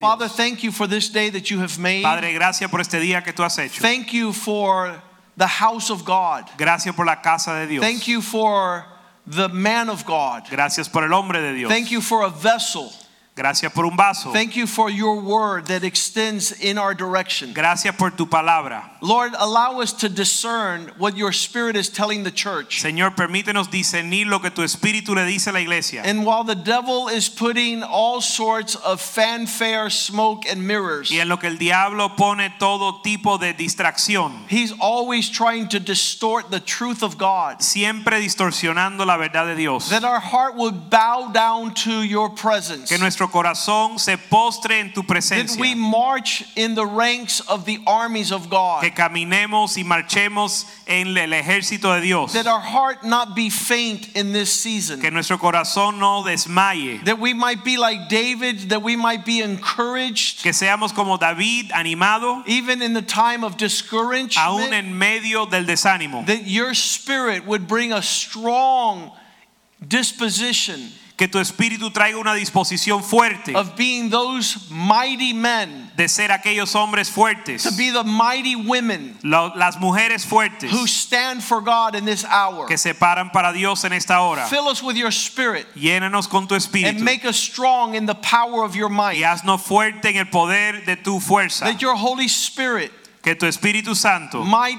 Father, thank you for this day that you have made. Padre, gracias por este día que tú has hecho. Thank you for the house of God. Gracias por la casa de Dios. Thank you for the man of God. Gracias por el hombre de Dios. Thank you for a vessel. Gracias por un vaso. Thank you for your word that extends in our direction. Gracias por tu palabra. Lord, allow us to discern what your spirit is telling the church. Señor, permítenos discernir lo que tu espíritu le dice a la iglesia. And while the devil is putting all sorts of fanfare, smoke, and mirrors, Y en lo que el diablo pone todo tipo de distracción, he's always trying to distort the truth of God. siempre distorsionando la verdad de Dios. That our heart would bow down to your presence. Que nuestro corazón se postre en tu That presencia. we march in the ranks of the armies of God. Que caminemos y marchemos en el ejército de Dios. That our heart not be faint in this season. Que nuestro corazón no desmaye. That we might be like David, that we might be encouraged Que seamos como David, animado, even in the time of aún discouragement. en medio del desánimo. That your spirit would bring a strong disposition Que tu espíritu traiga una disposición fuerte of being those mighty men, de ser aquellos hombres to fuertes, be the mighty women lo- las mujeres fuertes who stand for God in this hour. que se paran para Dios en esta hora. Fill us with your spirit Llénanos con tu and espíritu make us strong in the power of your might. y haznos fuerte en el poder de tu fuerza. that your Holy Spirit Que tu Espíritu Santo might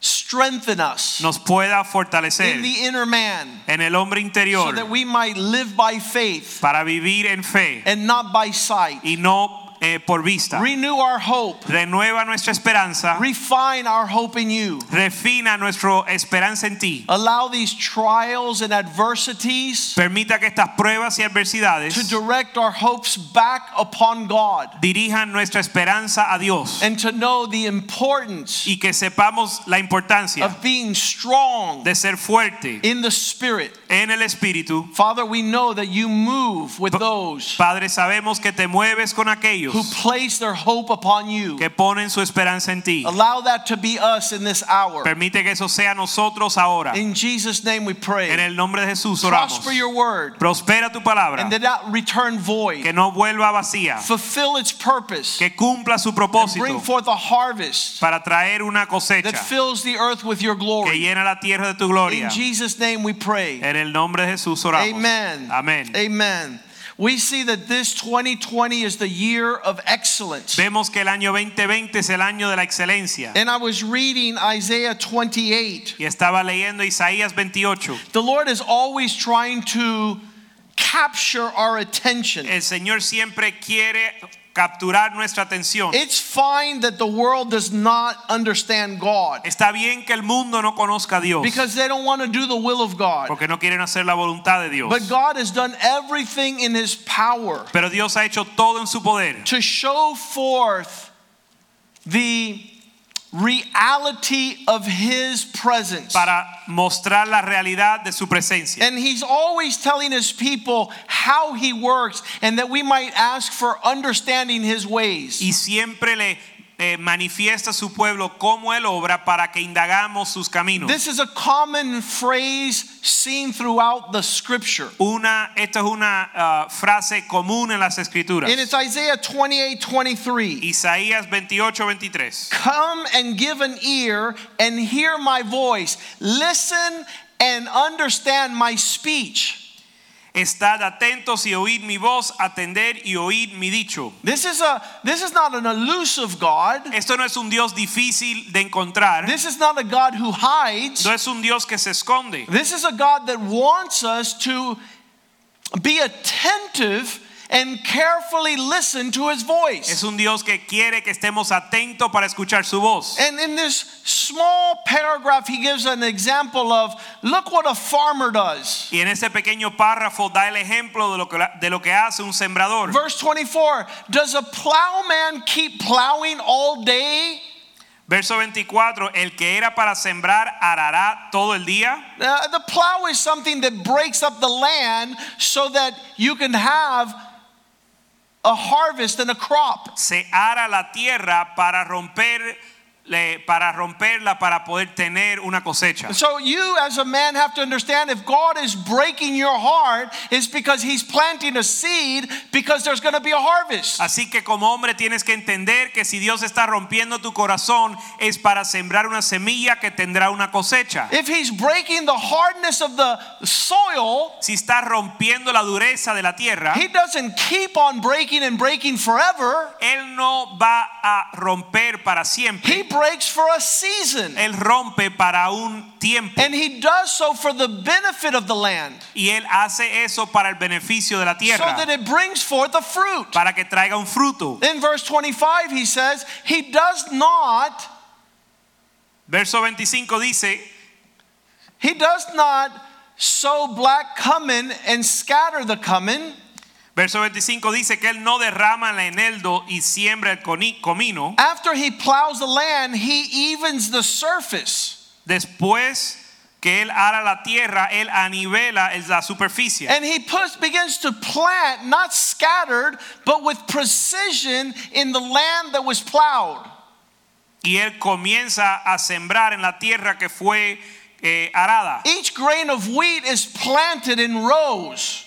strengthen us nos pueda in fortalecer the inner man en el hombre so interior that we might live by faith para vivir en fe and not by sight. y no eh, por vista. Renew our hope, Renueva nuestra esperanza, refine our hope in you. refina nuestra esperanza en ti. Allow these trials and adversities Permita que estas pruebas y to adversidades direct our hopes back upon God dirijan nuestra esperanza a Dios and to know the importance y que sepamos la importancia of being strong de ser fuerte in the Spirit. en el Espíritu. Father, we know that you move with those Padre, sabemos que te mueves con who aquellos place their hope upon you. que ponen su esperanza en ti. Allow that to be us in this hour. Permite que eso sea nosotros ahora. In Jesus' name we En pray. el nombre de Jesús oramos. Prosper your word Prospera tu palabra, and did not return que void. no vuelva vacía, Fulfill its purpose que cumpla su and bring propósito forth a harvest para traer una that cosecha fills the earth with your que glory. llena la tierra de tu gloria. In Jesus' name we pray. En el nombre de Jesús oramos. Amen. Amén. Amen. We see that this 2020 is the year of excellence. Vemos que el año 2020 es el año de la excelencia. And I was reading Isaiah 28. Y estaba leyendo Isaías 28. The Lord is always trying to capture our attention. El Señor siempre quiere capturar nuestra atención. It's fine that the world does not understand God Está bien que el mundo no conozca a Dios because they don't want to do the will of God. porque no quieren hacer la voluntad de Dios. But God has done everything in His power Pero Dios ha hecho todo en su poder to show forth the reality of His presence. para mostrar la realidad de su presencia. And He's always telling His people how He works and that we might ask for understanding His ways. Y siempre le eh, manifiesta a su pueblo cómo Él obra para que indagamos sus caminos. This is a common phrase seen throughout the scripture. Una, esta es una ah, frase común en las escrituras. And it's Isaiah 28 23. Isaías 28, 23. Come and give an ear and hear my voice. Listen and understand my speech. Estad atentos y oíd mi voz, atender y oíd mi dicho. This is a this is not an elusive God. Esto no es un Dios difícil de encontrar. This is not a God who hides. No es un Dios que se esconde. This is a God that wants us to be attentive and carefully listen to his Es voice. un Dios que quiere que estemos atentos para escuchar su voz. And in this small paragraph, he gives an example of look what a farmer does. Y en este pequeño párrafo da el ejemplo de lo que, de lo que hace un sembrador. Verse 24 Does a plowman keep plowing all day Verso 24, el que era para sembrar arará todo el día. Uh, the plow is something that breaks up the land so that you can have a harvest and a crop. Se ara la tierra para romper le- para romperla para poder tener una cosecha. So you as a man have to understand if God is breaking your heart it's because he's planting a seed because there's going to be a harvest. Así que como hombre tienes que entender que si Dios está rompiendo tu corazón es para sembrar una semilla que tendrá una cosecha. If he's breaking the hardness of the soil, Si está rompiendo la dureza de la tierra, he doesn't keep on breaking and breaking forever. él no va a romper para He siempre. breaks for a season. Él rompe para un tiempo And he does so for the benefit of the land, y él hace eso para el beneficio de la so tierra, that it brings forth a fruit. para que traiga un fruto. In verse 25, he says, He does not, Verso 25 dice, he does not sow black cumin and scatter the cumin, verso 25 dice que él no derrama el eneldo y siembra el coni- comino. after he plows the land, he evens the surface Después que él ara la tierra, él anivela el- la superficie. and he puts, begins to plant, not scattered, but with precision in the land that was plowed. y él comienza a sembrar en la tierra que fue eh, arada. Each grain of wheat is planted in rows.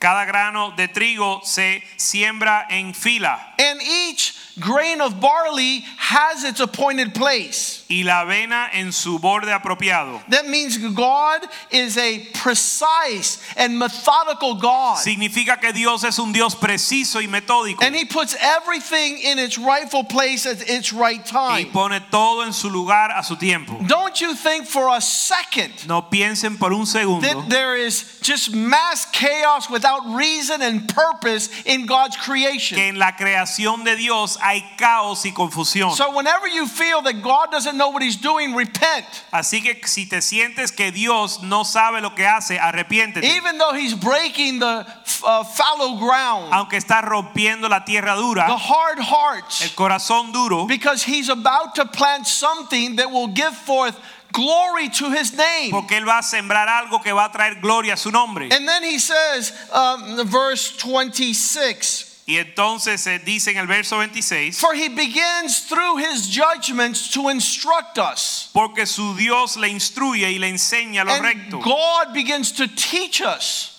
Cada grano de trigo se siembra en fila And each grain of barley has its appointed place. y la avena en su borde apropiado. That means God is a precise and methodical God. Significa que Dios es un Dios preciso y metódico And He puts everything in its rightful place at its right y time. pone todo en su lugar a su tiempo. Don't you think for a second No piensen por un segundo that there is just mass chaos without reason and purpose in God's que creation? en la creación de Dios hay caos y confusión. So, whenever you feel that God doesn't know what He's doing, repent. Así que si te sientes que Dios no sabe lo que hace, arrepiéntete. Even though He's breaking the uh, fallow ground. Aunque estás rompiendo la tierra the dura, hard el hearts corazón duro, because he's about to plant something that will give forth glory to his name porque él va a sembrar algo que va a traer gloria a su nombre. and then he says um, verse 26 Y entonces se dice en el verso 26, for he begins through his judgments to instruct us porque su Dios le instruye y le enseña lo and recto god begins to teach us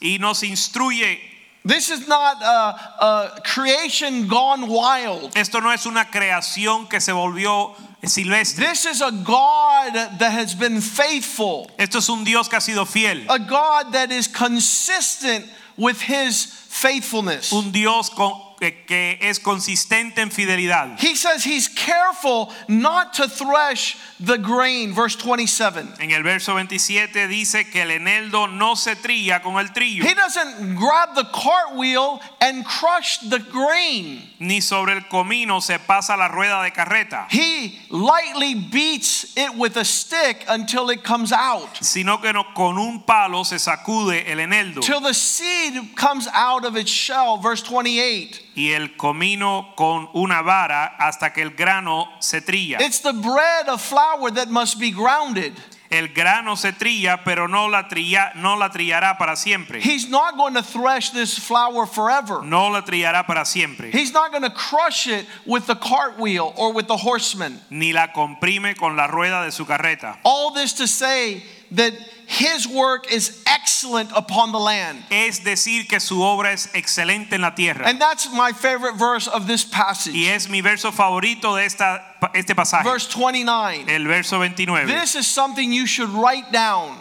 y nos instruye. this is not uh, uh, creation gone wild Esto no es una creación que se volvió eh, silvestre. this is a god that has been faithful Esto es un Dios que ha sido fiel, a god that is consistent with his faithfulness un Dios con- que, que es consistente en fidelidad. He says he's careful not to thresh the grain, verse 27. En el verso 27 dice que el eneldo no se trilla con el trillo, He doesn't grab the cartwheel and crush the grain. ni sobre el comino se pasa la rueda de carreta, He lightly beats it with a stick until it comes out, sino que no- con un palo se sacude el eneldo till the seed comes out of its shell, verse 28. y el comino con una vara hasta que el grano se trilla. It's the bread of flour that must be grounded. El grano se trilla, pero no la, trilla, no la trillará para siempre. He's not going to thresh this flour forever. No la trillará para siempre, He's not going to crush it with the cartwheel or with the horseman. ni la comprime con la rueda de su carreta. All this to say that his work is excellent upon the land. Es decir, que su obra es excelente en la tierra. And that's my favorite verse of this passage, Y es mi verso favorito de esta, este pasaje, verse 29. el verso 29. This is something you should write down.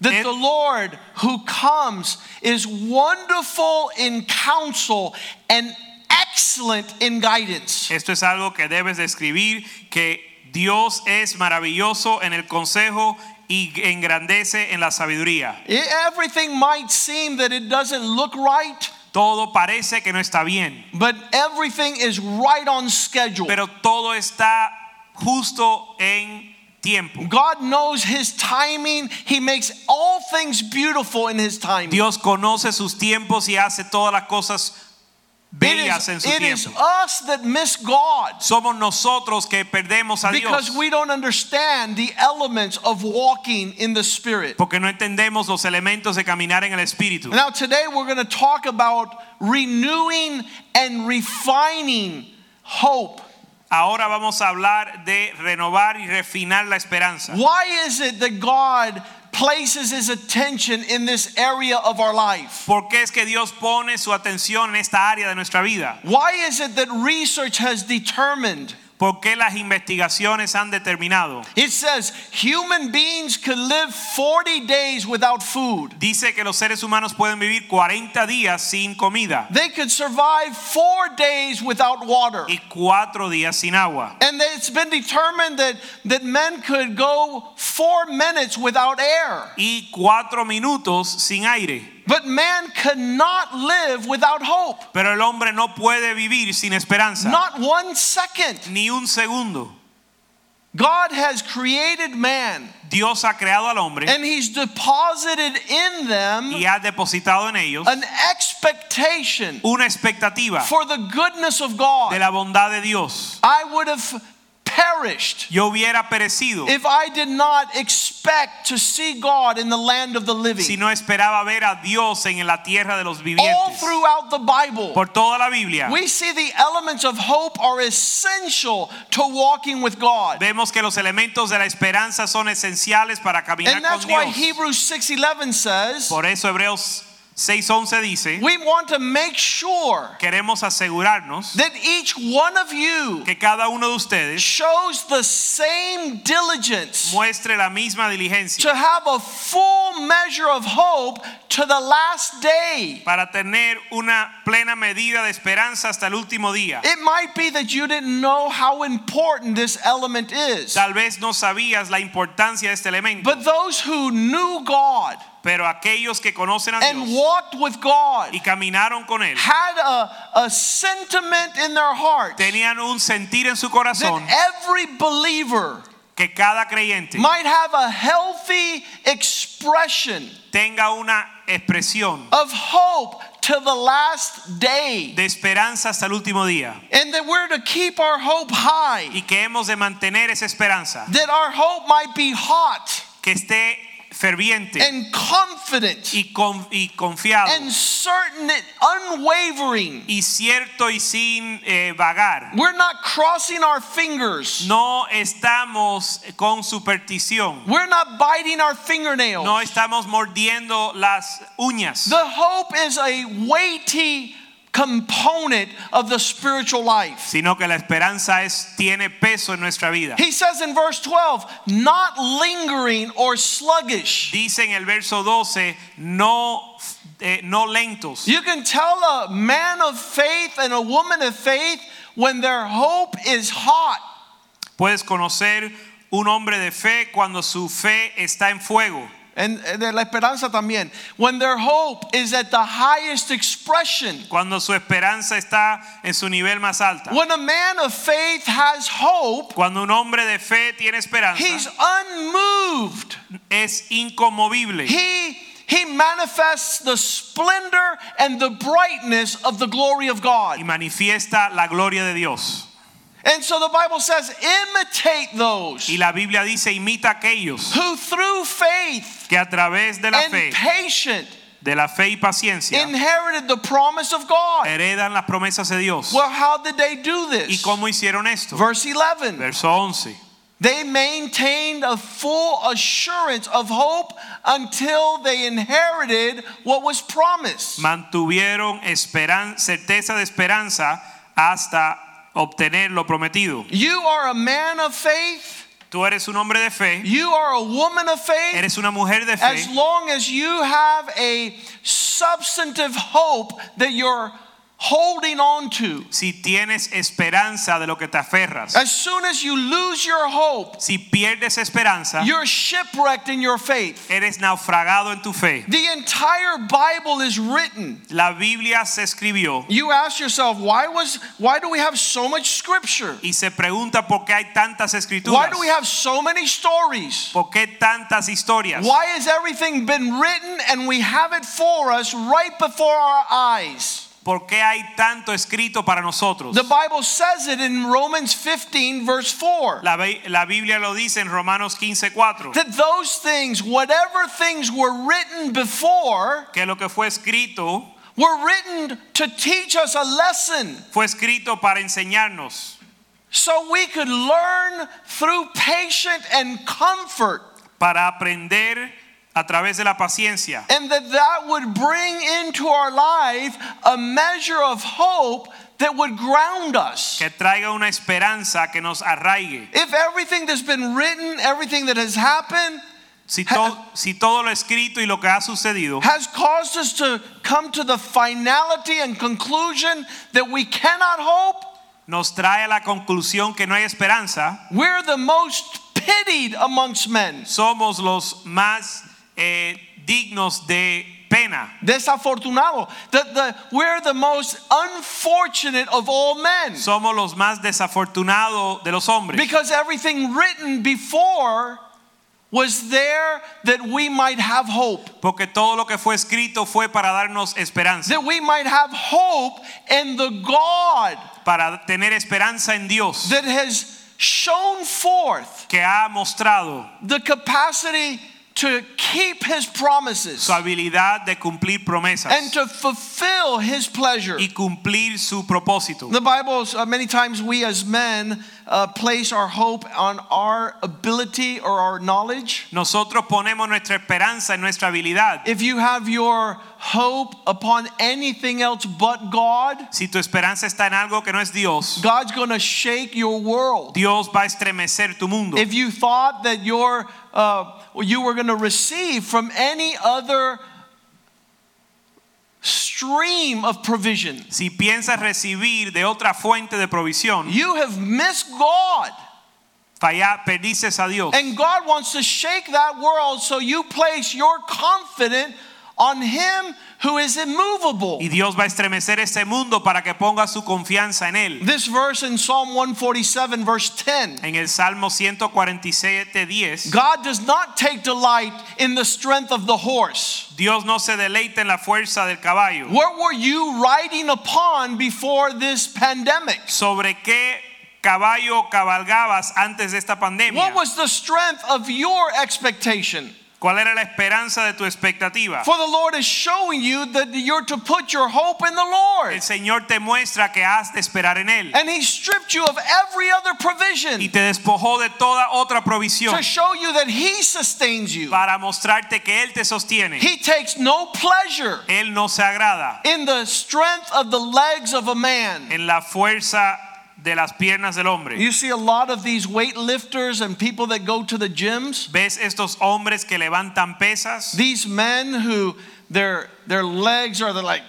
That It- the Lord who comes is wonderful in counsel and excellent in guidance. Esto es algo que debes de escribir, que Dios es maravilloso en el consejo y engrandece en la sabiduría. E- Everything might seem that it doesn't look right, Todo parece que no está bien, but everything is right on schedule. pero todo está justo en tiempo. God knows his timing. He makes all things beautiful in his timing. Dios conoce sus tiempos y hace todas las cosas It bellas en is, su it is tiempo. us that miss God Somos nosotros que perdemos a because Dios we don't understand the elements of walking in the Spirit. porque no entendemos los elementos de caminar en el Espíritu. Now, today we're going to talk about renewing and refining hope. Ahora vamos a hablar de renovar y refinar la esperanza. Why is it that God places his attention in this area of our life? ¿Por qué es que Dios pone su atención en esta área de nuestra vida? Why is it that research has determined? ¿Por qué las investigaciones han determinado? It says human beings could live 40 days without food. Dice que los seres humanos pueden vivir 40 días sin comida They could survive four days without water. y 4 días sin agua. And that it's been determined that, that men could go four minutes without air. Y 4 minutos sin aire. But man cannot live without hope. Pero el hombre no puede vivir sin esperanza. Not one second. Ni un segundo. God has created man Dios ha creado al hombre and he's deposited in them y ha depositado en ellos an expectation una expectativa for the goodness of de God. la bondad de Dios. I would have perished Yo hubiera perecido if I did not expect to see God in the land of the si living. no esperaba ver a Dios en la tierra de los All vivientes. throughout the Bible, Por toda la Biblia We see the elements of hope are essential to walking with God. vemos que los elementos de la esperanza son esenciales para caminar And that's con why Dios. Hebrews 6:11 says, Por eso Hebreos 6:11 dice, we want to make sure queremos asegurarnos that each one of you que cada uno de ustedes shows the same diligence muestre la misma diligencia to have a full measure of hope to the last day. para tener una plena medida de esperanza hasta el último día. It might be that you didn't know how important this element is. Tal vez no sabías la importancia de este elemento, But those who knew God pero aquellos que conocen a and Dios walked with God y caminaron con Él had a, a sentiment in their heart tenían un sentir en su corazón that every believer que cada creyente might have a healthy expression tenga una expresión of hope to the last day de esperanza hasta el último día and that we're to keep our hope high y que hemos de mantener esa esperanza that our hope might be hot que esté ferviente and confident y, con- y confiado and certain and unwavering y cierto y sin eh, vagar. we're not crossing our fingers No estamos con superstición, we're not biting our fingernails no estamos mordiendo las uñas. The hope is a weighty component of the spiritual life. sino que la esperanza es tiene peso en nuestra vida. He says in verse 12, not lingering or sluggish. Dice en el verso 12, no eh, no lentos. You can tell a man of faith and a woman of faith when their hope is hot. Puedes conocer un hombre de fe cuando su fe está en fuego. And and de la esperanza también. When their hope is at the highest expression. cuando su esperanza está en su nivel más alta. When a man of faith has hope, Cuando un hombre de fe tiene esperanza, he's unmoved. es inconmovible. He he manifests the splendor and the brightness of the glory of God. y manifiesta la gloria de Dios. And so the Bible says, imitate those Y la Biblia dice, imita a aquellos who through faith que a través de la fe, and patience de la fe y paciencia, inherited the promise of God. heredan las promesas de Dios. Well, how did they do ¿Y this? cómo hicieron esto? Verse 11. Verso 11. They maintained a full assurance of hope until they inherited what was promised. Mantuvieron esperan- certeza de esperanza hasta obtener lo prometido. You are a man of faith. Tú eres un hombre de fe, You are a woman of faith. eres una mujer de fe. As long as you have a substantive hope that you're holding on to, Si tienes esperanza de lo que te aferras, as soon as you lose your hope, si pierdes esperanza, you're shipwrecked in your faith. eres naufragado en tu fe. The entire Bible is written. La Biblia se escribió You ask yourself, why was why do we have so much scripture? y se pregunta por qué hay tantas Why escrituras, do we have so many stories? por qué tantas historias, Why has everything been written and we have it for us right before our eyes? ¿Por qué hay tanto escrito para nosotros? The Bible says it in Romans 15, verse 4. La, Bi- la Biblia lo dice en Romanos 15:4, That those things, whatever things were written before, que lo que fue escrito were written to teach us a lesson fue escrito para enseñarnos, so we could learn through patient and comfort, para aprender a través de la paciencia and that that would bring into our life a measure of hope that would ground us. que traiga una esperanza que nos arraigue. If everything that's been written, everything that has happened, Si, to- si todo lo escrito y lo que ha sucedido has caused us to come to the finality and conclusion that we cannot hope, nos trae a la conclusión que no hay esperanza, we're the most pitied amongst men. somos los más eh, dignos de pena. Desafortunado. The, the, we're the most unfortunate of all men. Somos los más desafortunados de los hombres. Because everything written before was there that we might have hope, Porque todo lo que fue escrito fue para darnos esperanza, that we might have hope in the God para tener esperanza en Dios, that has shown forth que ha mostrado the capacity to keep his promises su habilidad de cumplir promesas and to fulfill his pleasure. y cumplir su propósito. The Bible, uh, many times we as men uh, place our hope on our ability or our knowledge. Nosotros ponemos nuestra esperanza en nuestra habilidad. If you have your hope upon anything else but God, Si tu esperanza está en algo que no es Dios, God's going to shake your world. Dios va a estremecer tu mundo. If you thought that your uh, you were going to receive from any other stream of provision, Si piensas recibir de otra fuente de provisión, you have missed God. falla, perdices a Dios. And God wants to shake that world so you place your confidence on Him who is immovable. Y Dios va a estremecer ese mundo para que ponga su confianza en Él. This verse in Psalm 147, verse 10. En el Salmo 147, 10, God does not take delight in the strength of the horse. Dios no se deleita en la fuerza del caballo. What were you riding upon before this pandemic? ¿Sobre qué caballo cabalgabas antes de esta pandemia? What was the strength of your expectation? ¿Cuál era la esperanza de tu expectativa? For the Lord is showing you that you're to put your hope in the Lord. El Señor te muestra que has de esperar en Él And He stripped you of every other y provision te despojó de toda otra provisión to show you that He sustains you. para mostrarte que Él te sostiene. He takes no pleasure Él no se agrada in the strength of the legs of a man. en la fuerza de las piernas del hombre. You see a lot of these weightlifters and people that go to the gyms. ¿Ves estos hombres que levantan pesas? These men who their their legs are they're like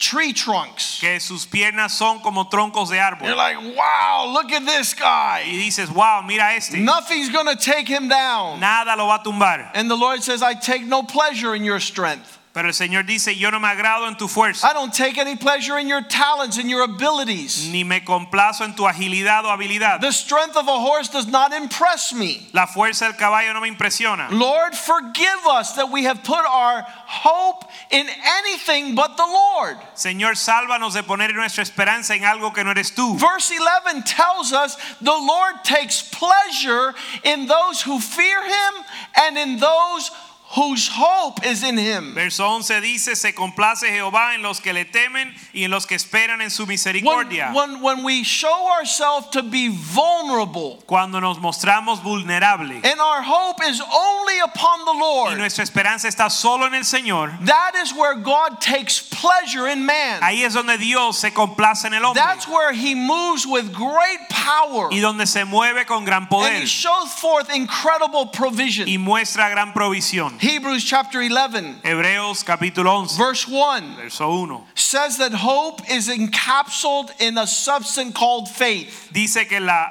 tree trunks. Que sus piernas son como troncos de You're árbol. like, wow, look at this Y guy. dices, wow, mira este. Nothing's gonna take him down. Nada lo va a tumbar. And the Lord says, I take no pleasure in your strength. Pero el Señor dice, yo no me agrado en tu fuerza, I don't take any pleasure in your talents and your abilities. ni me complazo en tu agilidad o habilidad. The strength of a horse does not impress me. La fuerza del caballo no me impresiona. Lord, forgive us that we have put our hope in anything but the Lord. Señor, sálvanos de poner nuestra esperanza en algo que no eres tú. Verse 11 tells us the Lord takes pleasure in those who fear him and in those whose hope is in him. Verso 11 dice, se complace Jehová en los que le temen y en los que esperan en su When, misericordia. when, when we show ourselves to be vulnerable Cuando nos mostramos vulnerable and our hope is only upon the y Lord, nuestra esperanza está solo en el Señor, that is where God takes pleasure in man. ahí es donde Dios se complace en el hombre That's where he moves with great power. y donde se mueve con gran and he poder shows forth incredible provision. y muestra gran provisión. Hebrews chapter 11, Hebreos capítulo 11, verse 1 verso 1. says that hope is encapsulated in a substance called faith. Dice que la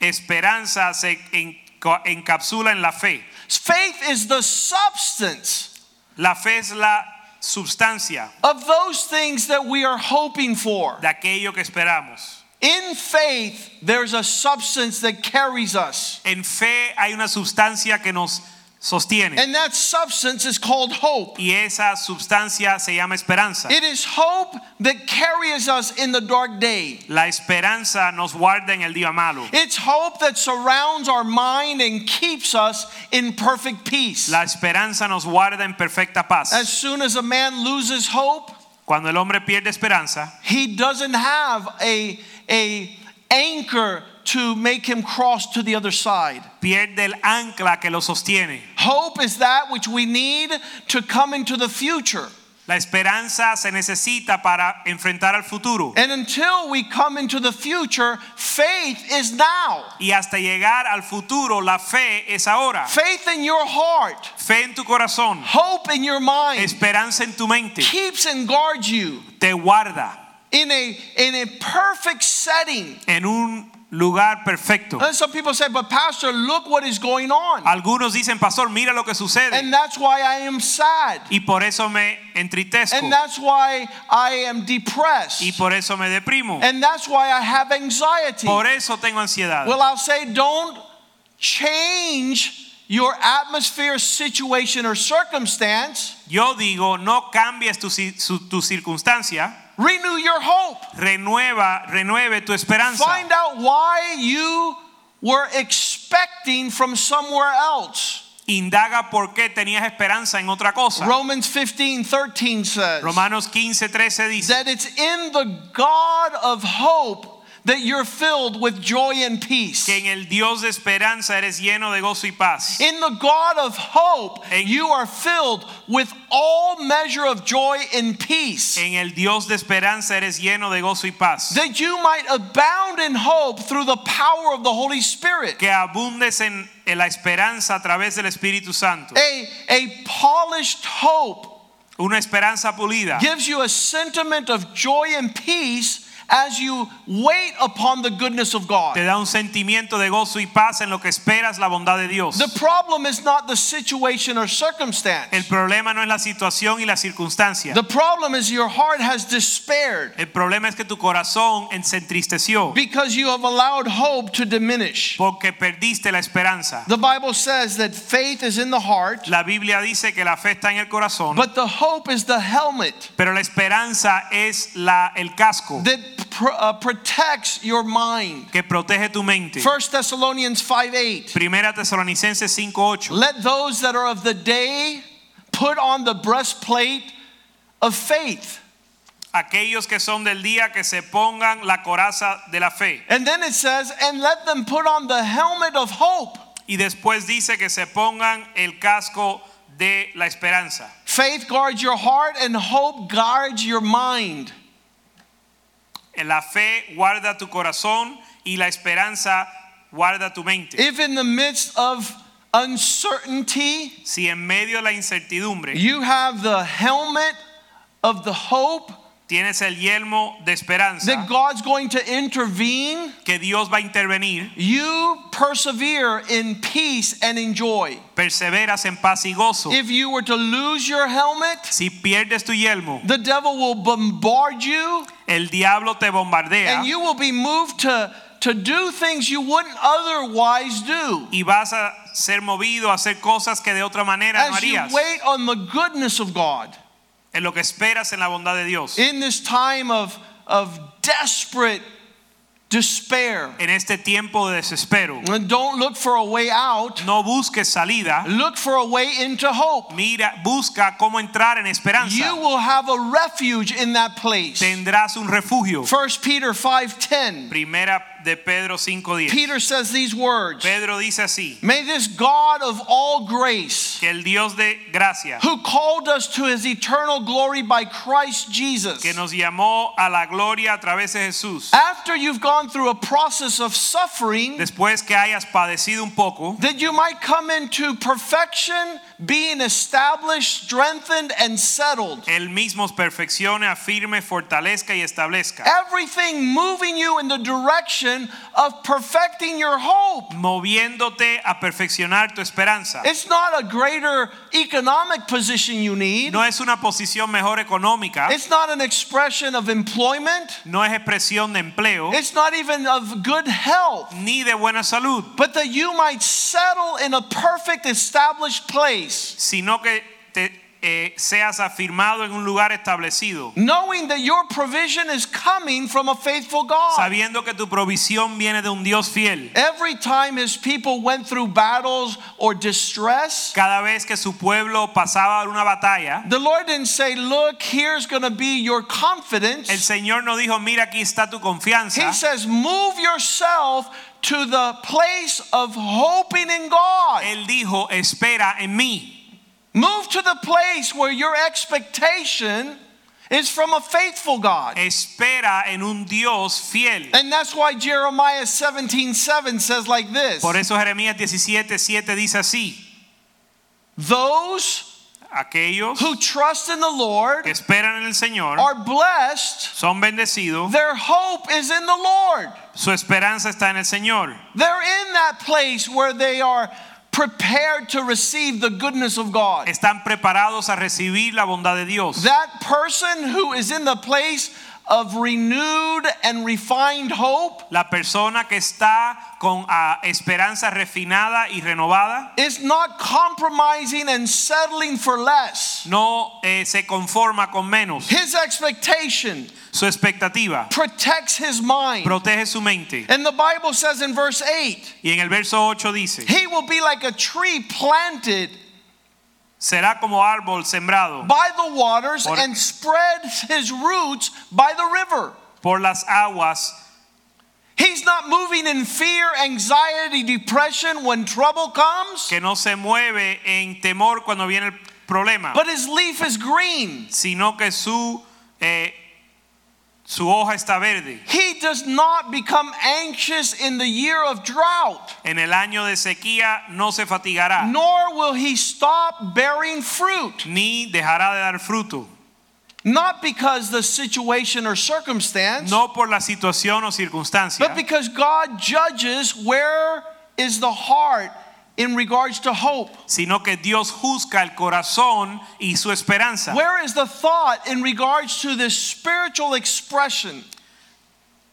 esperanza se enca- encapsula en la fe. Faith is the substance La fe es la sustancia of those things that we are hoping for. de aquello que esperamos. In faith, there's a substance that carries us. En fe hay una sustancia que nos sostiene. And that substance is called hope. Y esa sustancia se llama esperanza. It is hope that carries us in the dark day. La esperanza nos guarda en el día malo. It's hope that surrounds our mind and keeps us in perfect peace. La esperanza nos guarda en perfecta As paz. soon as a man loses hope, Cuando el hombre pierde esperanza, he doesn't have a, a anchor to make him cross to the other side. pierde el ancla que lo sostiene. Hope is that which we need to come into the future. La esperanza se necesita para enfrentar al futuro. And until we come into the future, faith is now. Y hasta llegar al futuro, la fe es ahora. Faith in your heart, Fe en tu corazón, hope in your mind esperanza en tu mente, keeps and guards you te guarda in a in a perfect setting. en un lugar perfecto. And some people say, "But pastor, look what is going on." Algunos dicen, pastor, mira lo que sucede. And that's why I am sad. Y por eso me entristezco. And that's why I am Y depressed. por eso me deprimo. And that's why I have anxiety. Por eso tengo ansiedad. Well, I'll say, don't change your atmosphere, situation, or circumstance. Yo digo, no cambies tu, ci- su- tu circunstancia, Renew your hope. renueva, renueve tu esperanza. Find out why you were expecting from somewhere else. Indaga por qué tenías esperanza en otra cosa. Romans 15 13 says Romanos 15, 13 dice that it's in the God of hope that you're filled with joy and peace. que en el Dios de esperanza eres lleno de gozo y paz. In the God of hope, En- you are filled with all measure of joy and peace, En el Dios de esperanza eres lleno de gozo y paz. that you might abound in hope through the power of the Holy Spirit. Que abundes en, en la esperanza a través del Espíritu Santo. A, a polished hope Una esperanza pulida gives you a sentiment of joy and peace as you wait upon the goodness of te God. da un sentimiento de gozo y paz en lo que esperas la bondad de Dios. The problem is not the situation or El circumstance. problema no es la situación y la circunstancia. The problem is your heart has despaired El problema es que tu corazón en- se entristeció because you have allowed hope to diminish. porque perdiste la esperanza. The Bible says that faith is in the heart, La Biblia dice que la fe está en el corazón, but the hope is the helmet pero la esperanza es la, el casco that pr- uh, protects your mind. que protege tu mente. 1 Thessalonians 5 8. Primera Tesalonicenses 5:8. Let those that are of the day put on the breastplate of faith. Aquellos que son del día que se pongan la coraza de la fe. And then it says, and let them put on the helmet of hope. Y después dice que se pongan el casco de la esperanza. Faith guards your heart, and hope guards your mind. La fe guarda tu corazón y la esperanza guarda tu mente. If in the midst of uncertainty, Si en medio de la incertidumbre You have the helmet of the hope tienes el yelmo de esperanza that God's going to intervene. que Dios va a intervenir, You persevere in peace and in joy. perseveras en paz y gozo. If you were to lose your helmet, Si pierdes tu yelmo, the devil will bombard you el diablo te bombardea and you will be moved to, to do things you wouldn't otherwise do. y vas a ser movido a hacer cosas que de otra manera no As you harías. wait on the goodness of God En lo que esperas en la bondad de Dios. in this time of, of desperate despair, En este tiempo de desespero, don't look for a way out. no busques salida, Look for a way into hope. mira, busca cómo entrar en esperanza. You will have a refuge in that place. Tendrás un refugio. 1 Peter 5:10. Primera de Pedro 5:10. Peter says these words. Pedro dice así, May this God of all grace, que el Dios de gracia, who called us to his eternal glory by Christ Jesus, que nos llamó a la gloria a través de Jesús, after you've gone through a process of suffering, después que hayas padecido un poco, that you might come into perfection, being established, strengthened, and settled. Él mismo perfeccione, afirme, fortalezca y establezca. Everything moving you in the direction of perfecting your hope. Moviéndote a perfeccionar tu esperanza. It's not a greater economic position you need. No es una posición mejor económica. It's not an expression of employment. No es expresión de empleo. It's not even of good health. Ni de buena salud. But that you might settle in a perfect established place, Sino que te, eh, seas afirmado en un lugar establecido. knowing that your provision is coming from a faithful God. Sabiendo que tu provisión viene de un Dios fiel. Every time his people went through battles or distress, Cada vez que su pueblo pasaba una batalla. the Lord didn't say, Look, here's going to be your El confidence. Señor no dijo, mira, aquí está tu confianza, He says, Move yourself to the place of hoping in God. Él dijo, espera en mí. Move to the place where your expectation is from a faithful God. Espera en un Dios fiel. And that's why Jeremiah 17 7 says like this Por eso Jeremías 17, 7 dice así, Those aquellos who trust in the Lord que esperan en el Señor are blessed. son bendecidos, Their hope is in the Lord. su esperanza está en el Señor. They're in that place where they are prepared to receive the goodness of God. Están preparados a recibir la bondad de Dios. That person who is in the place of renewed and refined hope La persona que está con ah, esperanza refinada y renovada is not compromising and settling for less. no eh, se conforma con menos. His expectation Su expectativa protects his mind. protege su mente. And the Bible says in verse 8, Y en el verso 8 dice, he will be like a tree planted será como árbol sembrado by the waters Por- and spreads his roots by the river. por las aguas. He's not moving in fear, anxiety, depression when trouble comes, que no se mueve en temor cuando viene el problema, but his leaf is green. sino que su eh, su hoja está verde. He does not become anxious in the year of drought, En el año de sequía no se fatigará, nor will he stop bearing fruit. ni dejará de dar fruto, Not because the situation or circumstance, no por la situación o circunstancia, but because God judges where is the heart in regards to hope. sino que Dios juzga el corazón y su esperanza. Where is the thought in regards to this spiritual expression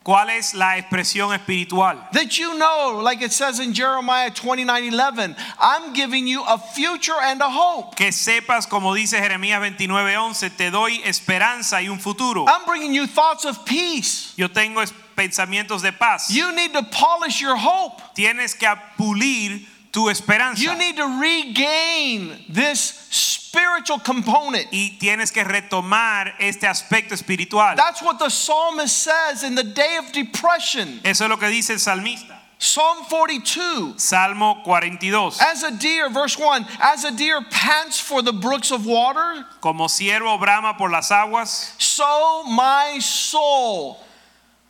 ¿Cuál es la expresión espiritual? that you know, like it says in Jeremiah 29 11, I'm giving you a future and a hope. Que sepas, como dice Jeremías 29:11, te doy esperanza y un futuro. I'm bringing you thoughts of peace. Yo tengo es- pensamientos de paz. You need to polish your hope. Tienes que pulir tu esperanza You need to regain this spiritual component. y tienes que retomar este aspecto espiritual. That's what the psalmist says in the day of depression. Eso es lo que dice el salmista. Psalm 42. Salmo 42. As a deer, verse 1, as a deer pants for the brooks of water, Como siervo brama por las aguas, so my soul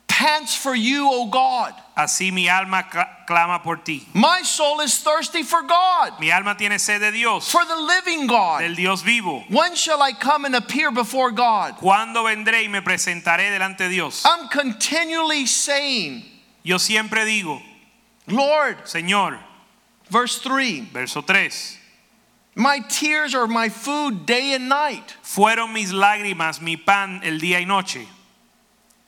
pants for you, O God. así mi alma cla- clama por ti. My soul is thirsty for God, Mi alma tiene sed de Dios, for the living God. del Dios vivo. When shall I come and appear before God? ¿Cuándo vendré y me presentaré delante de Dios? I'm continually saying, Yo siempre digo, Lord, Señor, verse 3, verso 3, my tears are my food day and night, fueron mis lágrimas mi pan el día y noche,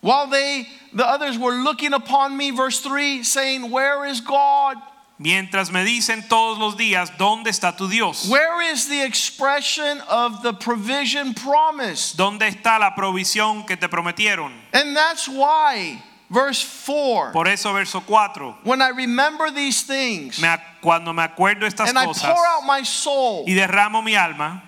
while they, the others, were looking upon me, verse 3, saying, Where is God? mientras me dicen todos los días, ¿dónde está tu Dios? Where is the expression of the provision promised? ¿Dónde está la provisión que te prometieron? And that's why, verse 4, Por eso verso 4, when I remember these things me ac- cuando me acuerdo estas and I cosas pour out my soul, y derramo mi alma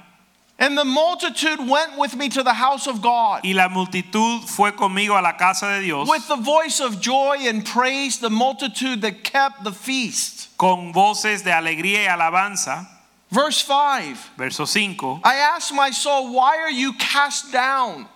And the multitude went with me to the house of God. y la multitud fue conmigo a la casa de Dios With the voice of joy and praise, the multitude that kept the feast. con voces de alegría y alabanza, Verse 5 verso 5, I asked my soul, Why are you cast down?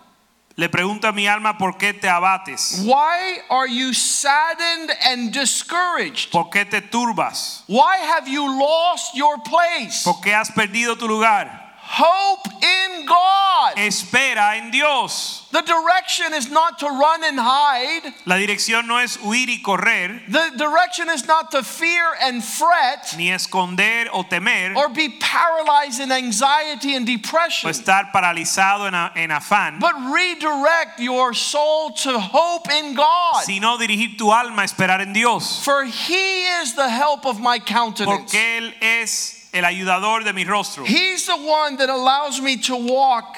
Le pregunto a mi alma, ¿por qué te abates? Why are you saddened and discouraged? ¿Por qué te turbas? Why have you lost your place? ¿Por qué has perdido tu lugar? Hope in God. Espera en Dios. The direction is not to run and hide. La dirección no es huir y correr, The direction is not to fear and fret ni esconder o temer, or be paralyzed in anxiety and o depression, estar paralizado en, a- en afán, but redirect your soul to hope in God. sino dirigir tu alma a esperar en Dios. For he is the help of my countenance. Porque Él es el ayudador de mi rostro. He's the one that allows me to walk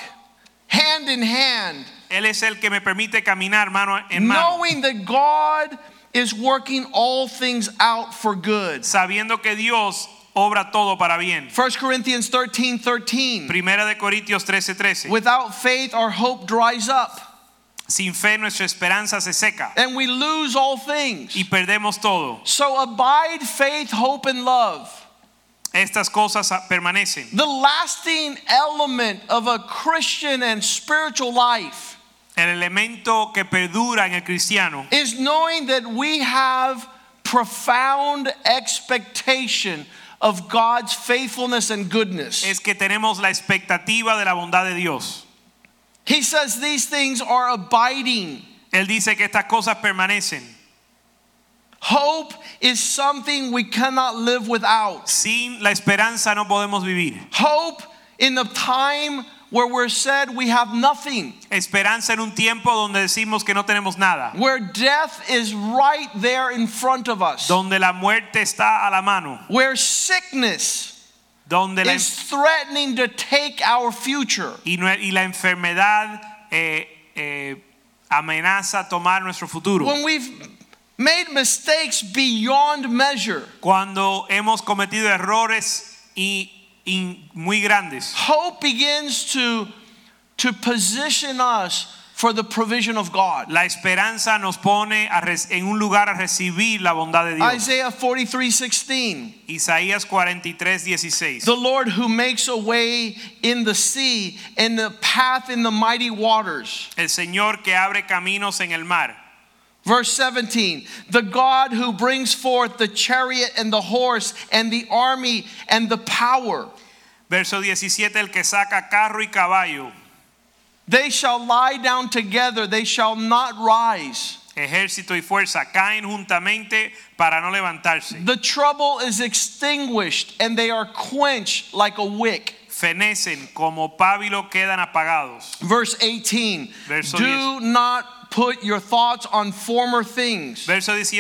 hand in hand, Él es el que me permite caminar mano en mano, knowing that God is working all things out for good. sabiendo que Dios obra todo para bien. 1 Corinthians 13 13. Primera de Corintios 13:13. Without faith, our hope dries up Sin fe nuestra esperanza se seca and we lose all things. y perdemos todo. So abide faith, hope, and love. Estas cosas ah, permanecen. The lasting element of a Christian and spiritual life El elemento que perdura en el cristiano is knowing that we have profound expectation of God's faithfulness and goodness. es que tenemos la expectativa de la bondad de Dios. He says these things are abiding. Él dice que estas cosas permanecen. Hope is something we cannot live without. Sin la esperanza no podemos vivir. Hope in the time where we're said we have nothing, Esperanza en un tiempo donde decimos que no tenemos nada, where death is right there in front of us, donde la muerte está a la mano, where sickness donde la, is threatening to take our future. y, no- y la enfermedad eh, eh, amenaza tomar nuestro futuro. when we've made mistakes beyond measure, Cuando hemos cometido errores y, y muy grandes, hope begins to, to position us for the provision of God. la esperanza nos pone a res- en un lugar a recibir la bondad de Dios. Isaiah 43 16. Isaías 43, 16. The Lord who makes a way in the sea and the path in the mighty waters. El Señor que abre caminos en el mar. Verse 17. The God who brings forth the chariot and the horse and the army and the power. Verso 17, el que saca carro y caballo, They shall lie down together, they shall not rise. ejército y fuerza, caen juntamente para no levantarse. The trouble is extinguished and they are quenched like a wick. Fenecen como pábilo, quedan apagados. Verse 18 Verso Do not put your thoughts on former things, Verso 18,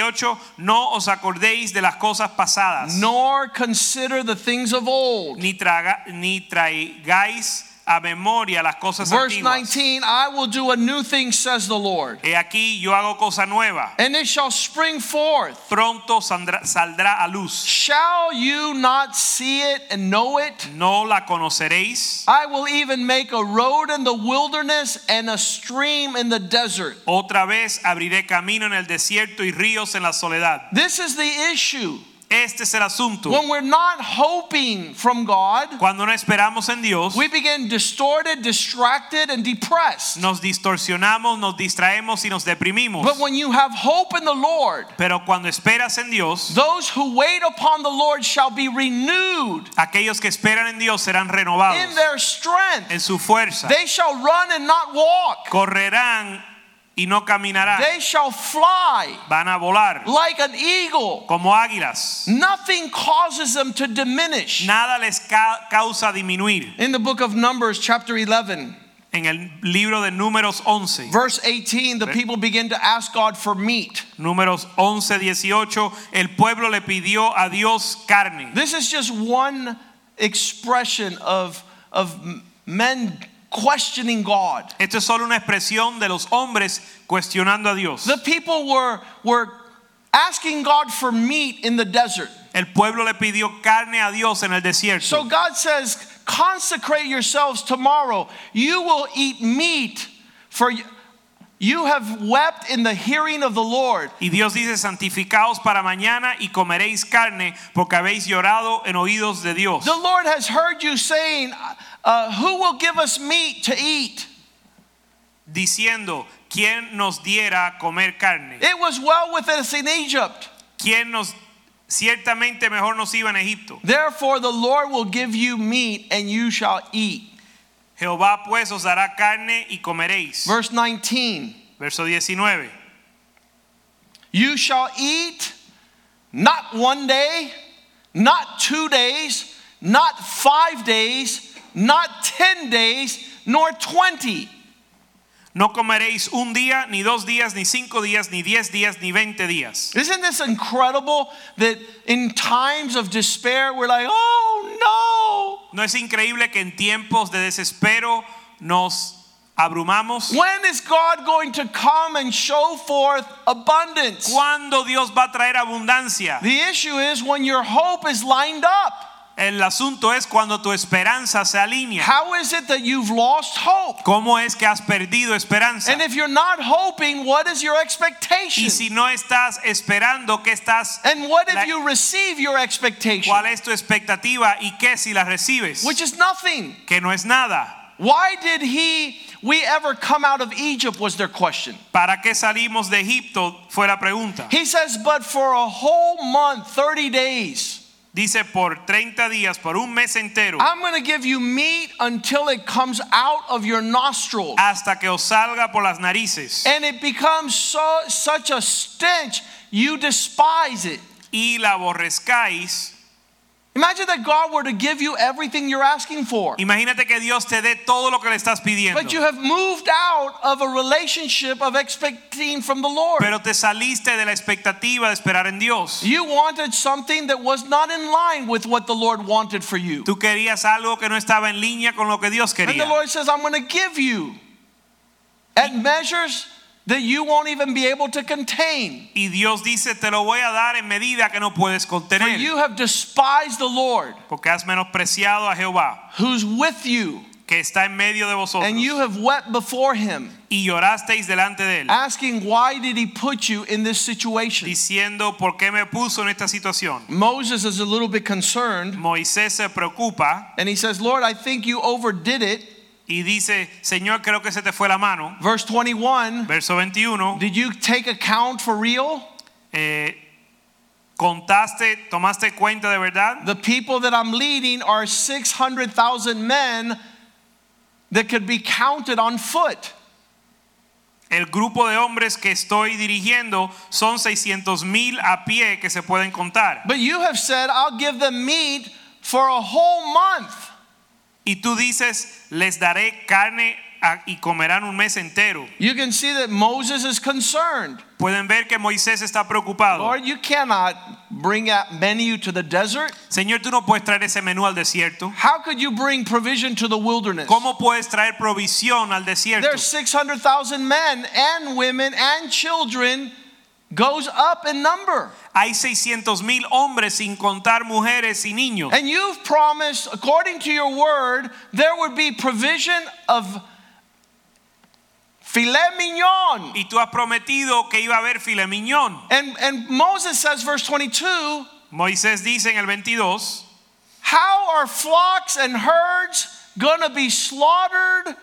no os acordéis de las cosas pasadas. nor consider the things of old. ni, traga- ni traigáis a memoria las cosas Verse antiguas. 19 I will do a new thing, says the Lord, He aquí yo hago cosa nueva. and it shall spring forth. Pronto saldrá, saldrá a luz. Shall you not see it and know it? No la conoceréis. I will even make a road in the wilderness and a stream in the desert. Otra vez abriré camino en el desierto y ríos en la soledad. This is the issue. Este es el asunto. When we're not hoping from God, Cuando no esperamos en Dios, we begin distorted, distracted, and depressed. nos distorsionamos, nos distraemos y nos deprimimos. But when you have hope in the Lord, Pero cuando esperas en Dios, those who wait upon the Lord shall be renewed aquellos que esperan en Dios in serán renovados their strength. en su fuerza. They shall run and not walk, Correrán y no caminarán. they shall fly Van a volar. like an eagle. como águilas. Nothing causes them to diminish. Nada les ca- causa disminuir. In the book of Numbers, chapter 11, En el libro de Números 11, verse 18, the people begin to ask God for meat. Números 11, 18, el pueblo le pidió a Dios carne. This is just one expression of, of men questioning God. Esto es solo una expresión de los hombres cuestionando a Dios. The people were, were asking God for meat in the desert. El pueblo le pidió carne a Dios en el So desierto. God says, Consecrate yourselves tomorrow. You will eat meat, for y- you have wept in the hearing of the Lord. Y Dios dice, santificaos para mañana y comeréis carne porque habéis llorado en oídos de Dios. The Lord has heard you saying, uh, Who will give us meat to eat? diciendo, ¿quién nos diera comer carne? It was well with us in Egypt. ¿Quién nos ciertamente mejor nos iba en Egipto? Therefore, the Lord will give you meat and you shall eat. Jehová pues os dará carne y comeréis. Verse 19 Verso 19. You shall eat not one day, not two days, not five days, not ten days, nor twenty. No comeréis un día, ni dos días, ni cinco días, ni diez días, ni veinte días. Isn't this incredible that in times of despair we're like, oh ¿No es increíble que en tiempos de desespero nos abrumamos? no, when is God going to come and show forth abundance? ¿Cuándo Dios va a traer abundancia? The issue is when your hope is lined up. El asunto es cuando tu esperanza se alinea. How is it that you've lost hope? ¿Cómo es que has perdido esperanza? And if you're not hoping, what is your Y si expectation? no estás esperando, ¿qué estás? And what La- if you receive your expectation? ¿Cuál es tu expectativa y qué si la recibes? Which is nothing. Que no es nada. Why did he, we ever come out of Egypt? Was their question. ¿Para qué salimos de Egipto? Fue la pregunta. He says, but for a whole month, 30 days, Dice por 30 días, por un mes entero, I'm going to give you meat until it comes out of your nostrils. hasta que os salga por las narices And it becomes so, such a stench, you despise it. y la aborrezcáis. Imagine that God were to give you everything you're asking for. Imagínate que Dios te dé todo lo que le estás pidiendo. But you have moved out of a relationship of expecting from the Lord. Pero te saliste de la expectativa de esperar en Dios. You wanted something that was not in line with what the Lord wanted for you. Tú querías algo que no estaba en línea con lo que Dios And the quería. Lord says, I'm going to give you at measures that you won't even be able to contain. Y Dios dice, te lo voy a dar en medida que no puedes For contener. you have despised the Lord Porque has menospreciado a Jehová, who's with you, que está en medio de vosotros. and you have wept before him, Y llorasteis delante de él, asking, Why did he put you in this situation? diciendo, ¿por qué me puso en esta situación? Moses is a little bit concerned, Moisés se preocupa and he says, Lord, I think you overdid it. y dice, Señor, creo que se te fue la mano. Verse 21 Verso 21, Did you take account for real? eh, contaste, tomaste cuenta de verdad. The people that I'm leading are 600,000 men that could be counted on foot. El grupo de hombres que estoy dirigiendo son 600 mil a pie que se pueden contar. But you have said, I'll give them meat for a whole month. Y tú dices, les daré carne a- y comerán un mes entero. You can see that Moses is concerned. Pueden ver que Moisés está preocupado. Lord, you cannot bring that menu to the desert. Señor, tú no puedes traer ese menú al desierto. How could you bring provision to the wilderness? ¿Cómo puedes traer provisión al desierto? There's 600,000 men and women and children goes up in number. Hay 600 mil hombres sin contar mujeres y niños. And you've promised, according to your word, there would be provision of filet mignon. Y tú has prometido que iba a haber filet mignon. And, and Moses says, verse 22, Moisés dice en el 22, how are flocks and herds going to be slaughtered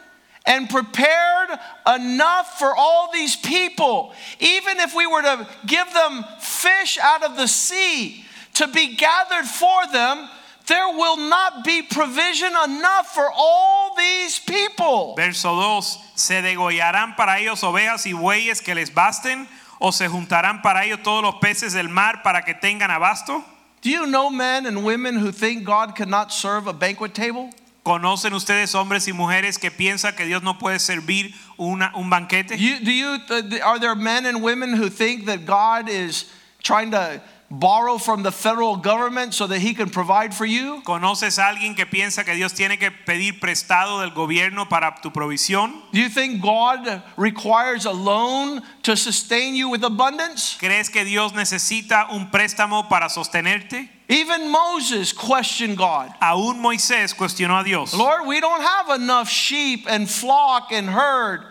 and prepared enough for all these people? Even if we were to give them fish out of the sea to be gathered for them, there will not be provision enough for all these people. Verso 2, se degollarán para ellos ovejas y bueyes que les basten, o se juntarán para ellos todos los peces del mar para que tengan abasto. Do you know men and women who think God cannot serve a banquet table? ¿Conocen ustedes hombres y mujeres que piensan que Dios no puede servir una- un banquete? You, do you, uh, th- th- are there men and women who think that God is trying to borrow from the federal government so that he can provide for you? ¿Conoces a alguien que piensa que Dios tiene que pedir prestado del gobierno para tu provisión? Do you think God requires a loan to sustain you with abundance? ¿Crees que Dios necesita un préstamo para sostenerte? Even Moses questioned God. Aún Moisés cuestionó a Dios. Lord, we don't have enough sheep and flock and herd.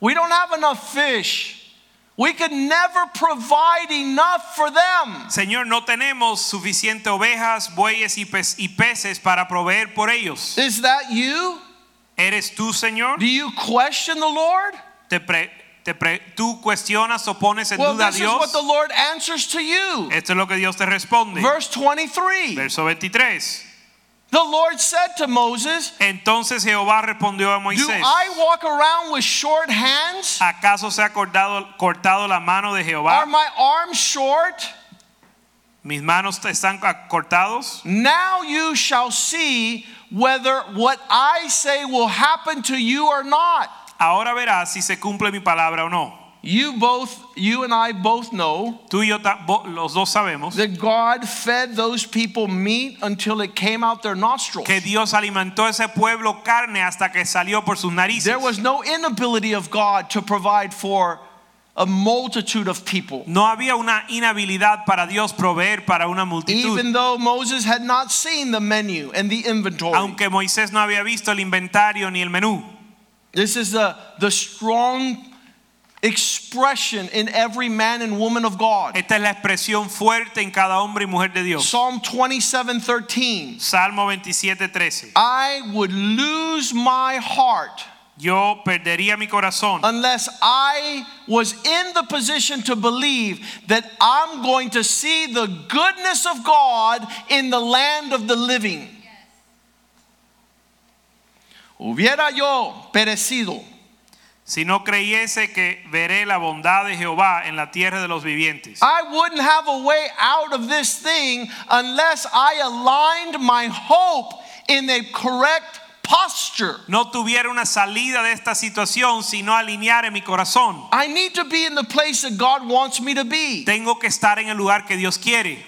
We don't have enough fish. We could never provide enough for them. Señor, no tenemos suficiente ovejas, bueyes y, pe- y peces para proveer por ellos. Is that you? ¿Eres tú, Señor? Do you question the Lord? te pre- te pre- tú cuestionas o pones en Well, duda a this is what Dios. the Lord answers to you. Esto es lo que Dios te responde. Verse 23. Verso 23. The Lord said to Moses, Entonces Jehová respondió a Do Moisés. I walk around with short hands? ¿Acaso se ha cortado, cortado la mano de Jehová? Are my arms short? ¿Mis manos te están ca- cortados? Now you shall see whether what I say will happen to you or not. Ahora verás si se cumple mi palabra o no. You both, you and I both know Tú y yo ta- bo- los dos sabemos that God fed those people meat until it came out their nostrils. que Dios alimentó a ese pueblo carne hasta que salió por sus narices. There was no inability of God to provide for a multitude of people, No había una inhabilidad para Dios proveer para una multitud. even though Moses had not seen the menu and the inventory. Aunque Moisés no había visto el inventario ni el menú. This is the, the strong expression in every man and woman of God. Esta es la expresión fuerte en cada hombre y mujer de Dios. Psalm 27 13. Salmo 27:13. I would lose my heart Yo perdería mi corazón unless I was in the position to believe that I'm going to see the goodness of God in the land of the living. Hubiera yo perecido si no creyese que veré la bondad de Jehová en la tierra de los vivientes. I wouldn't have a way out of this thing unless I aligned my hope in the correct posture. No tuviera una salida de esta situación si no alineara mi corazón. I need to be in the place that God wants me to be. Tengo que estar en el lugar que Dios quiere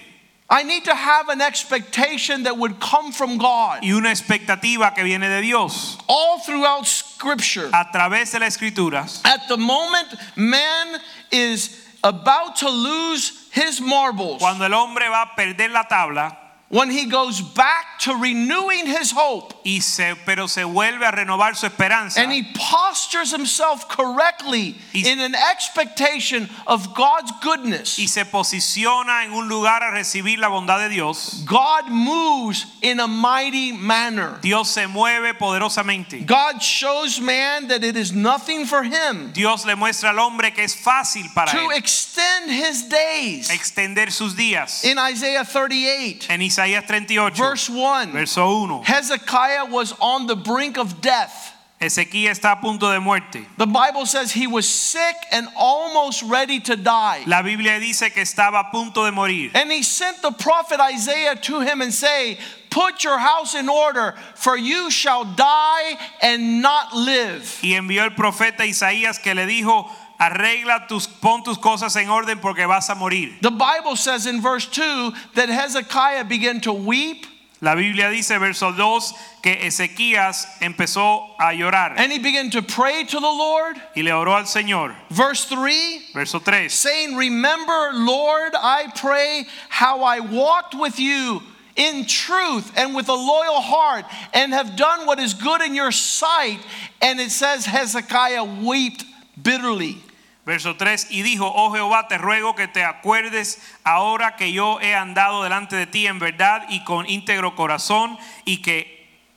I need to have an expectation that would come from God y una expectativa que viene de Dios. all throughout Scripture. A través de las escrituras, At the moment man is about to lose his marbles, cuando el hombre va a perder la tabla when he goes back to renewing his hope y se pero se vuelve a renovar su esperanza and he postures himself correctly Y- in an expectation of God's goodness, y se posiciona en un lugar a recibir la bondad de Dios, God moves in a mighty manner. Dios se mueve poderosamente. God shows man that it is nothing for him Dios le muestra al hombre que es fácil para to él extend his days. extender sus días. In Isaiah 38, En Isaías 38, verse 1, verso 1, Hezekiah was on the brink of death. Ezequiel está a punto de muerte. The Bible says he was sick and almost ready to die. La Biblia dice que estaba a punto de morir. And he sent the prophet Isaiah to him and say, "Put your house in order, for you shall die and not live." Y envió el profeta Isaías que le dijo, arregla tus, pon tus cosas en orden porque vas a morir. The Bible says in verse 2 that Hezekiah began to weep La Biblia dice, verso 2, que Ezequías empezó a llorar and he began to pray to the Lord. y le oró al Señor. Verse 3 Verso 3, saying, Remember, Lord, I pray, how I walked with you in truth and with a loyal heart, and have done what is good in your sight. And it says, Hezekiah wept bitterly. verso 3, y dijo, oh Jehová, te ruego que te acuerdes ahora que yo he andado delante de ti en verdad y con íntegro corazón y que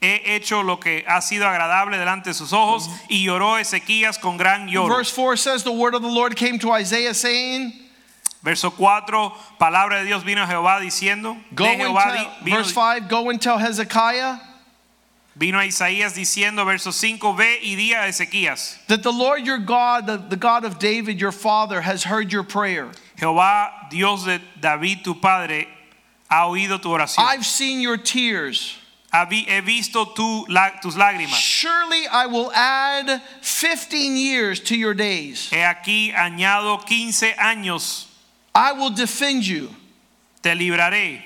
he hecho lo que ha sido agradable delante de sus ojos. Y lloró Ezequías con gran lloro. Verse 4 says, The word of the Lord came to Isaiah, saying, Verso 4, palabra de Dios vino a Jehová diciendo, Go de and Jehová tell, di- vino, verse 5, go and tell Hezekiah vino a Isaías diciendo, verso 5, ve y di a Ezequías, that the Lord your God, the, the God of David your father, has heard your prayer. Jehová Dios de David tu padre ha oído tu oración, I've seen your tears. Habí- he visto tu la- tus lágrimas, Surely I will add 15 years to your days. he aquí añado 15 años, I will defend you. te libraré,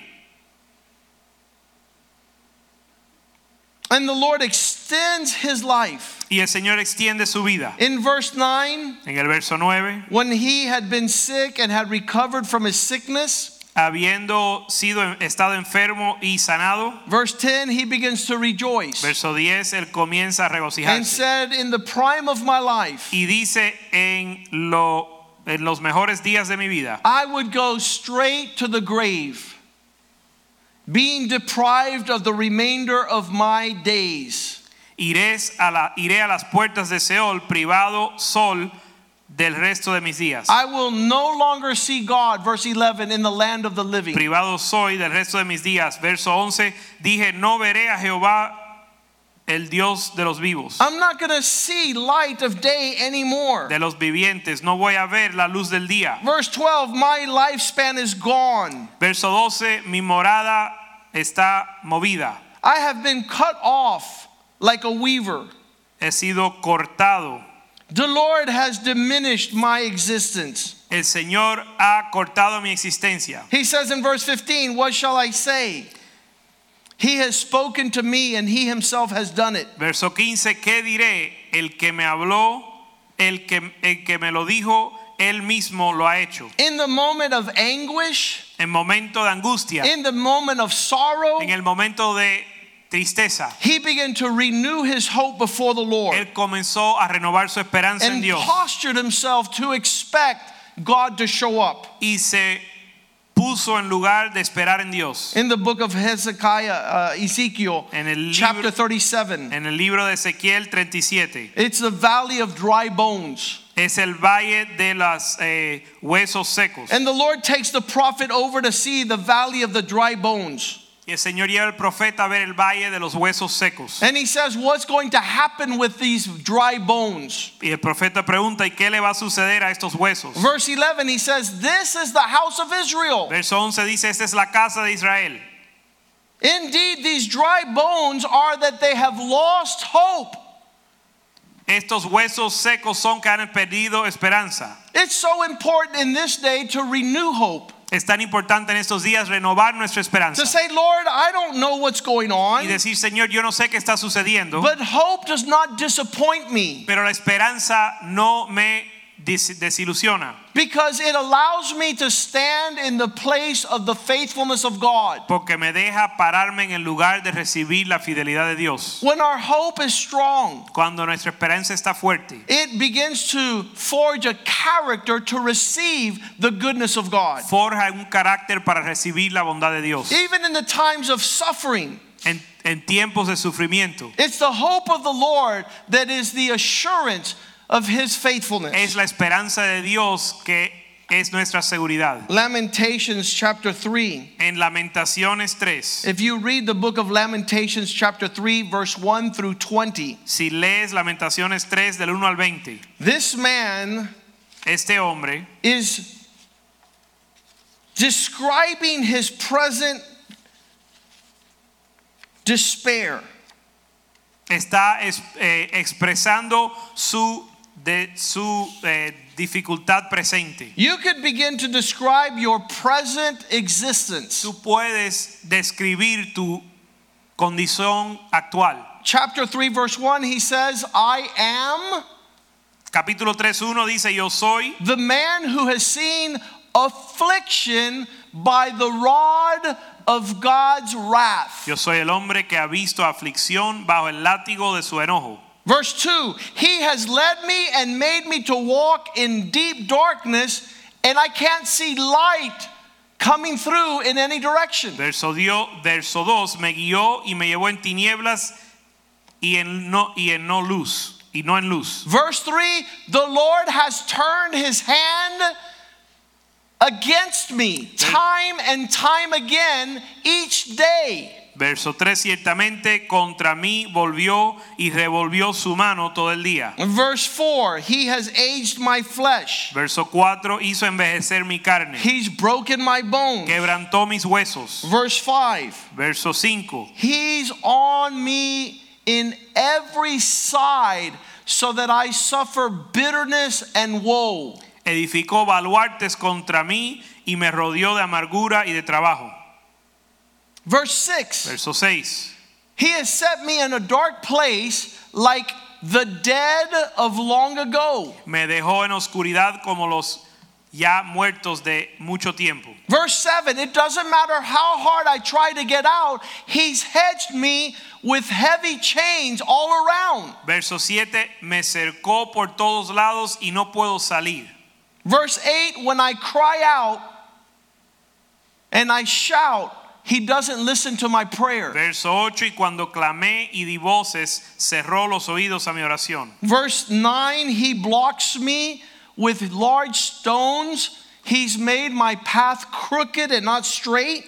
And the Lord extends his life. y el Señor extiende su vida. In verse 9, En el verso 9, when he had been sick and had recovered from his sickness, habiendo sido estado enfermo y sanado, verse 10, he begins to rejoice verso 10, él comienza a and regocijarse. said, In the prime of my life, y dice en lo en los mejores días de mi vida I would go straight to the grave, being deprived of the remainder of my days. Iré a, la- iré a las puertas de Seol, privado sol del resto de mis días. I will no longer see God, verse 11, in the land of the living. Privado soy del resto de mis días. Verso 11, dije, no veré a Jehová, el Dios de los vivos, I'm not going to see light of day anymore. de los vivientes, no voy a ver la luz del día. Verse 12, my lifespan is gone. Verso 12, mi morada está movida, I have been cut off like a weaver. he sido cortado. The Lord has diminished my existence. El Señor ha cortado mi existencia. He says in verse 15, What shall I say? He has spoken to me and he himself has done it. Verso 15, ¿qué diré? El que me habló, el que, el que me lo dijo, él mismo lo ha hecho. In the moment of anguish, En momento de angustia, in the moment of sorrow, en el momento de tristeza, he began to renew his hope before the Lord él comenzó a renovar su esperanza en and Dios postured himself to expect God to show up. y se puso en lugar de esperar en Dios. In the book of Hezekiah, uh, Ezekiel, En el libro- chapter 37, En el libro de Ezequiel 37 it's the valley of dry bones. es el valle de los huesos secos. And the Lord takes the prophet over to see the valley of the dry bones. Y el Señor lleva al profeta a ver el valle de los huesos secos. And he says, What's going to happen with these dry bones? Y el profeta pregunta, ¿y qué le va a suceder a estos huesos? Verse 11, he says, This is the house of Israel. Verso 11 dice, esta es la casa de Israel. Indeed, these dry bones are that they have lost hope. Estos huesos secos son que han perdido esperanza. It's so important in this day to renew hope, Es tan importante en estos días renovar nuestra esperanza to say, Lord, I don't know what's going y on, decir, Señor, yo no sé qué está sucediendo, but hope does not disappoint me pero la esperanza no me des- desilusiona, because it allows me to stand in the place of the faithfulness of God. porque me deja pararme en el lugar de recibir la fidelidad de Dios. When our hope is strong, Cuando nuestra esperanza está fuerte, it begins to forge a character to receive the goodness of God. forja un carácter para recibir la bondad de Dios. Even in the times of suffering, En, en tiempos de sufrimiento, it's the hope of the Lord that is the assurance of his es faithfulness. la esperanza de Dios que es nuestra seguridad. Lamentations chapter 3. En Lamentaciones 3, If you read the book of Lamentations chapter 3, verse 1 through 20, si lees Lamentaciones 3 del 1 al 20, this man este hombre is describing his present despair. está es- eh, expresando su, de, su eh, dificultad presente. You could begin to describe your present existence. Tú puedes describir tu condición actual. Chapter 3, verse 1, he says, I Capítulo 3.1 dice, yo soy am the man who has seen affliction by the rod of God's wrath. Yo soy el hombre que ha visto aflicción bajo el látigo de su enojo. Verse 2, he has led me and made me to walk in deep darkness, and I can't see light coming through in any direction. Verso, dio, verso 2, me guió y me llevó en tinieblas y en, no, y en no luz, y no en luz. Verse 3, the Lord has turned his hand against me time and time again each day. Verso 3, ciertamente contra mí volvió y revolvió su mano todo el día. Verse 4, he has aged my flesh, Verso 4, hizo envejecer mi carne, he's broken my bones. quebrantó mis huesos. Verse 5, Verso 5, he's on me in every side so that I suffer bitterness and woe. edificó baluartes contra mí y me rodeó de amargura y de trabajo. Verse 6, Verso 6. he has set me in a dark place like the dead of long ago. me dejó en oscuridad como los ya muertos de mucho tiempo. Verse 7 It doesn't matter how hard I try to get out, he's hedged me with heavy chains all around. Verso 7, me cercó por todos lados y no puedo salir. Verse 8 When I cry out and I shout, he doesn't listen to my prayer. Verso 8, y cuando clamé y di voces, cerró los oídos a mi oración. Verse 9, he blocks me with large stones. He's made my path crooked and not straight.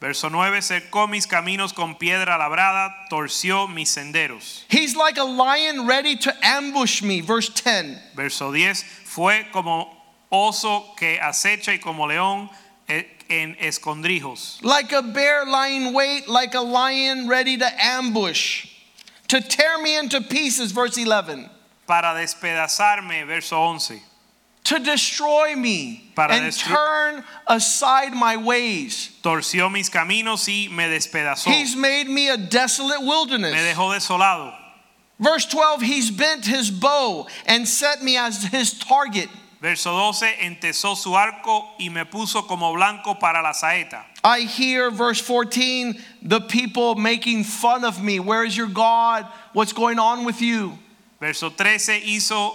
Verso 9, cercó mis caminos con piedra labrada, torció mis senderos. He's like a lion ready to ambush me. Verse 10. Verso 10, fue como oso que acecha y como león eh, en escondrijos. Like a bear lying wait, like a lion ready to ambush. To tear me into pieces. Verse 11. Para despedazarme, verso 11. To destroy me Para and destru- turn aside my ways. Torció mis caminos y me despedazó. He's made me a desolate wilderness. Me dejó desolado. Verse 12, he's bent his bow and set me as his target. Verso 12, entesó su arco y me puso como blanco para la saeta. I hear, verse 14, the people making fun of me. Where is your God? What's going on with you? Verso 13, hizo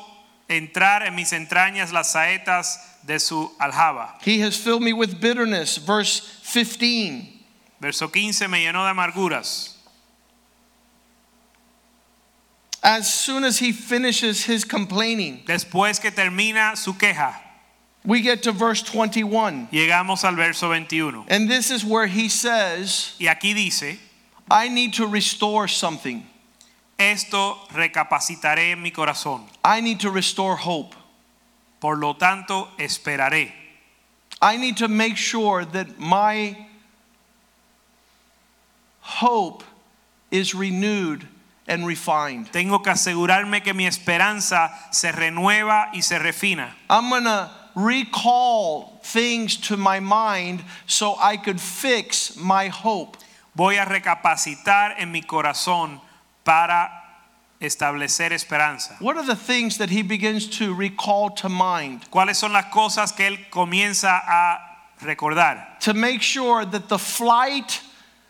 entrar en mis entrañas las saetas de su aljaba. He has filled me with bitterness. Verse 15, Verso 15, me llenó de amarguras. as soon as he finishes his complaining, Después que termina su queja, we get to verse 21. llegamos al verso 21. And this is where he says, Y aquí dice, I need to restore something, esto recapacitaré en mi corazón. I need to restore hope. Por lo tanto, esperaré. I need to make sure that my hope is renewed and refined. Tengo que asegurarme que mi esperanza se renueva y se refina. I'm going to recall things to my mind so I could fix my hope. Voy a recapacitar en mi corazón para establecer esperanza. What are the things that he begins to recall to mind ¿Cuáles son las cosas que él comienza a recordar? to make sure that the flight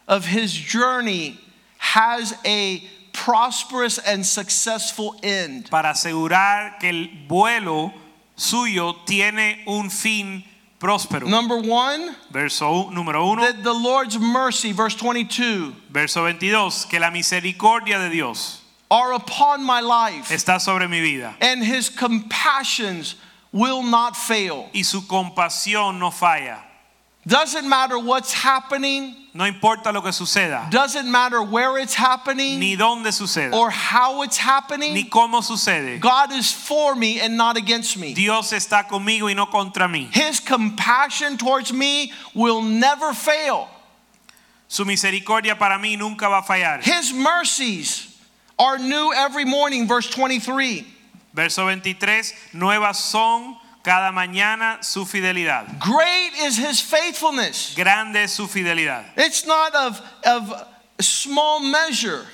of his journey has a prosperous and successful end? Para asegurar que el vuelo suyo tiene un fin próspero. Number one, Verso u- número 1, that the Lord's mercy, verse 22. verso 22, que la misericordia de Dios are upon my life, está sobre mi vida and his compassions will not fail. y su compasión no falla. Doesn't matter what's happening, No importa lo que suceda, doesn't matter where it's happening ni dónde suceda, or how it's ni happening. cómo sucede. God is for me and not against me. Dios está conmigo y no contra mí. His compassion towards me will never fail. Su misericordia para mí nunca va a fallar. His mercies are new every morning, verse 23. Verso 23, nuevas son cada mañana su fidelidad. Great is his faithfulness. Grande es su fidelidad. It's not of, of small measure.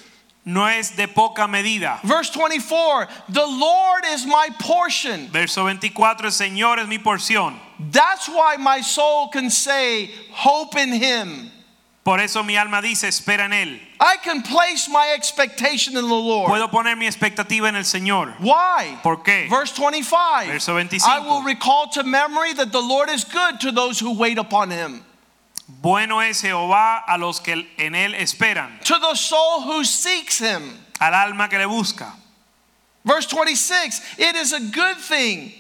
No es de poca medida. Verse 24, the Lord is my portion. Verso 24, el Señor es mi porción. That's why my soul can say, Hope in Him. Por eso mi alma dice, espera en Él. I can place my expectation in the Lord. Puedo poner mi expectativa en el Señor. Why? ¿Por qué? Verse 25, Verso 25. I will recall to memory that the Lord is good to those who wait upon Him, Bueno es Jehová a los que en Él esperan, to the soul who seeks Him. al alma que le busca. Verse 26, it is a good thing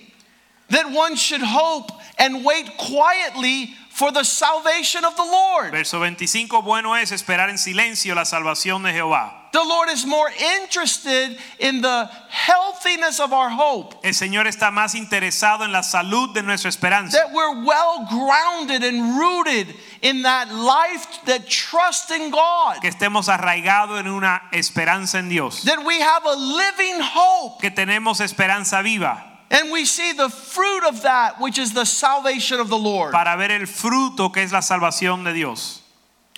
that one should hope and wait quietly for the salvation of the Lord. Verso 25, bueno es esperar en silencio la salvación de Jehová. The Lord is more interested in the healthiness of our hope, El Señor está más interesado en la salud de nuestra esperanza. that we're well grounded and rooted in that life that trusts in God, que estemos arraigados en una esperanza en Dios, that we have a living hope, que tenemos esperanza viva and we see the fruit of that, which is the salvation of the Lord. para ver el fruto que es la salvación de Dios.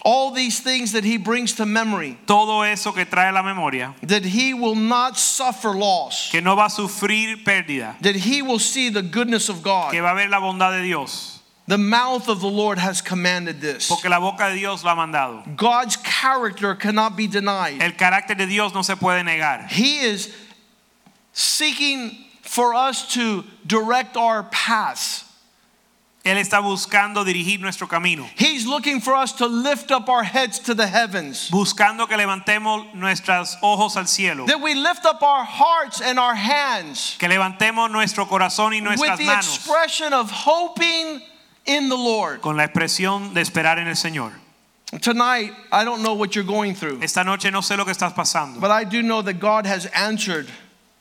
All these things that He brings to memory, Todo eso que trae la memoria, that He will not suffer loss, que no va a sufrir pérdida, that He will see the goodness of que God. va a ver la bondad de Dios, The mouth of the Lord has commanded this. porque la boca de Dios lo ha mandado. God's character cannot be denied. El carácter de Dios no se puede negar. He is seeking for us to direct our paths. Él está buscando dirigir nuestro camino, He's looking for us to lift up our heads to the heavens, buscando que levantemos nuestros ojos al cielo, that we lift up our hearts and our hands que levantemos nuestro corazón y with nuestras the manos expression of hoping in the Lord. con la expresión de esperar en el Señor. Tonight, I don't know what you're going through, Esta noche no sé lo que estás pasando, but I do know that God has answered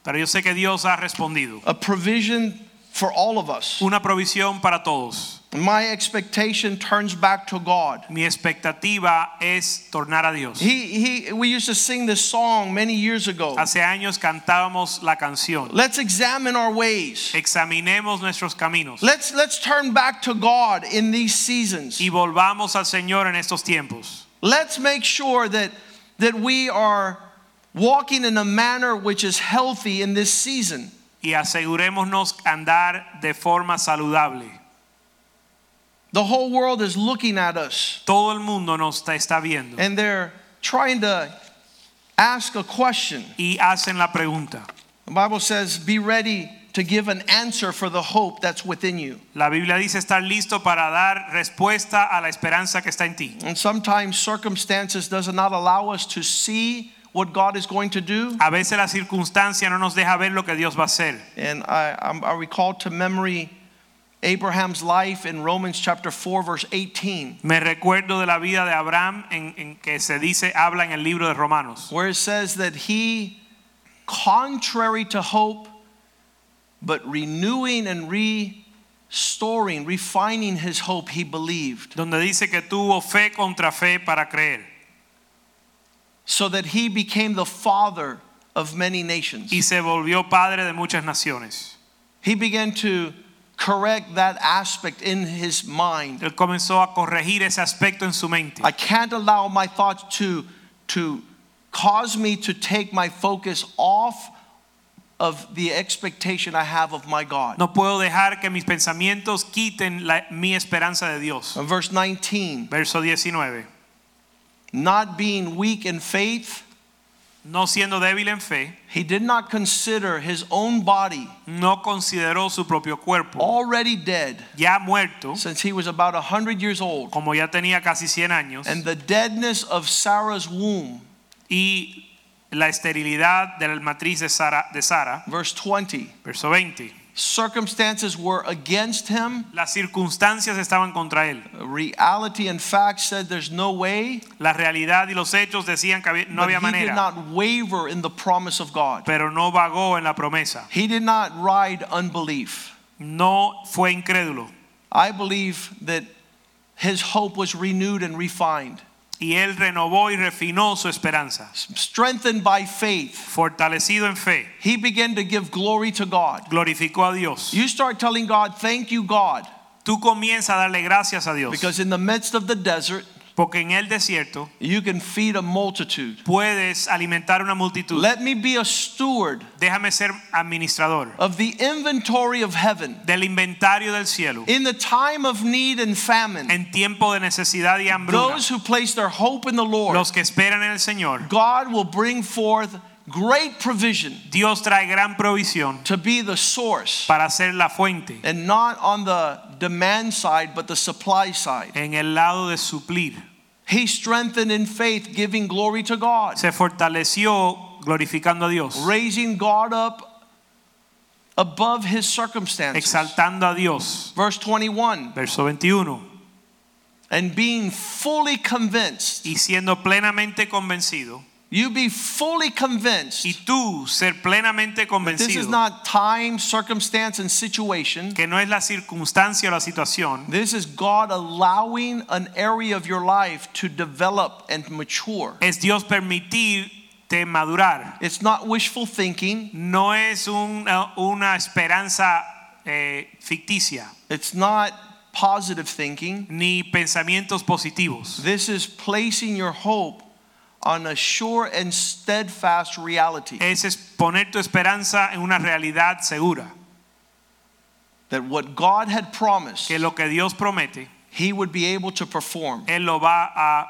pero yo sé que Dios ha respondido. a provision for all of us. Una provisión para todos. My expectation turns back to God. Mi expectativa es tornar a Dios. He, he, we used to sing this song many years ago. Hace años cantábamos la canción. Let's examine our ways. Examinemos nuestros caminos Let's, let's turn back to God in these seasons. y volvamos al Señor en estos tiempos. Let's make sure that, that we are walking in a manner which is healthy in this season. Y asegurémonos andar de forma saludable. The whole world is looking at us Todo el mundo nos está- está viendo and they're trying to ask a question. y hacen la pregunta. The Bible says, Be ready to give an answer for the hope that's within you. La Biblia dice estar listo para dar respuesta a la esperanza que está en ti. And sometimes circumstances does not allow us to see what God is going to do. A veces la circunstancia no nos deja ver lo que Dios va a hacer. And I, I'm- I recall to memory Abraham's life in Romans chapter 4, verse 18, Me recuerdo de la vida de Abraham en, en que se dice, habla en el libro de Romanos, where it says that he, contrary to hope, but renewing and restoring, refining his hope, he believed, donde dice que tuvo fe contra fe para creer so that he became the father of many nations. y se volvió padre de muchas naciones. He began to correct that aspect in his mind. Él comenzó a corregir ese aspecto en su mente. I can't allow my thoughts to to cause me to take my focus off of the expectation I have of my God. No puedo dejar que mis pensamientos quiten la- mi esperanza de Dios. And verse 19, Verso 19. not being weak in faith, No siendo débil en fe, he did not consider his own body no consideró su propio cuerpo already dead ya muerto, since he was about 100 years old como ya tenía casi 100 años, and the deadness of Sarah's womb. y la esterilidad de la matriz de Sara, de Sara. Verse 20, Verso 20. circumstances were against him. Las circunstancias estaban contra él. reality and fact said there's no way La realidad y los hechos decían que había- no but había he did manera, not waver in the promise of god pero no vagó en la promesa. he did not ride unbelief No fue incrédulo. i believe that his hope was renewed and refined Y él renovó y refinó su esperanza. strengthened by faith Fortalecido en fe, he began to give glory to god glorificó a Dios. you start telling god thank you god Tú comienzas a darle gracias a Dios. because in the midst of the desert Porque en el desierto you can feed a multitude puedes alimentar una multitud. let me be a steward Déjame ser administrador of the inventory of heaven del inventario del cielo. in the time of need and famine En tiempo de necesidad y hambruna, Those who place their hope in the Lord, los que esperan en el Señor, God will bring forth great provision Dios trae gran provisión to be the source para ser la fuente and not on the demand side but the supply side. en el lado de suplir. He strengthened in faith, giving glory to God, Se fortaleció glorificando a Dios, raising God up above his circumstances. exaltando a Dios. Verse 21 Verso 21. and being fully convinced. Y siendo plenamente convencido, You be fully convinced. y tú ser plenamente This is convencido not time, circumstance, and situation. que no es la circunstancia o la situación, This is God allowing an area of your life to develop and mature. es Dios permitirte madurar. It's not wishful thinking. No es una, una esperanza eh, ficticia, It's not positive thinking. ni pensamientos positivos. This is placing your hope on a sure and steadfast reality Es es poner tu esperanza en una realidad segura, that what God had promised, que lo que Dios promete, He would be able to perform. Él lo va a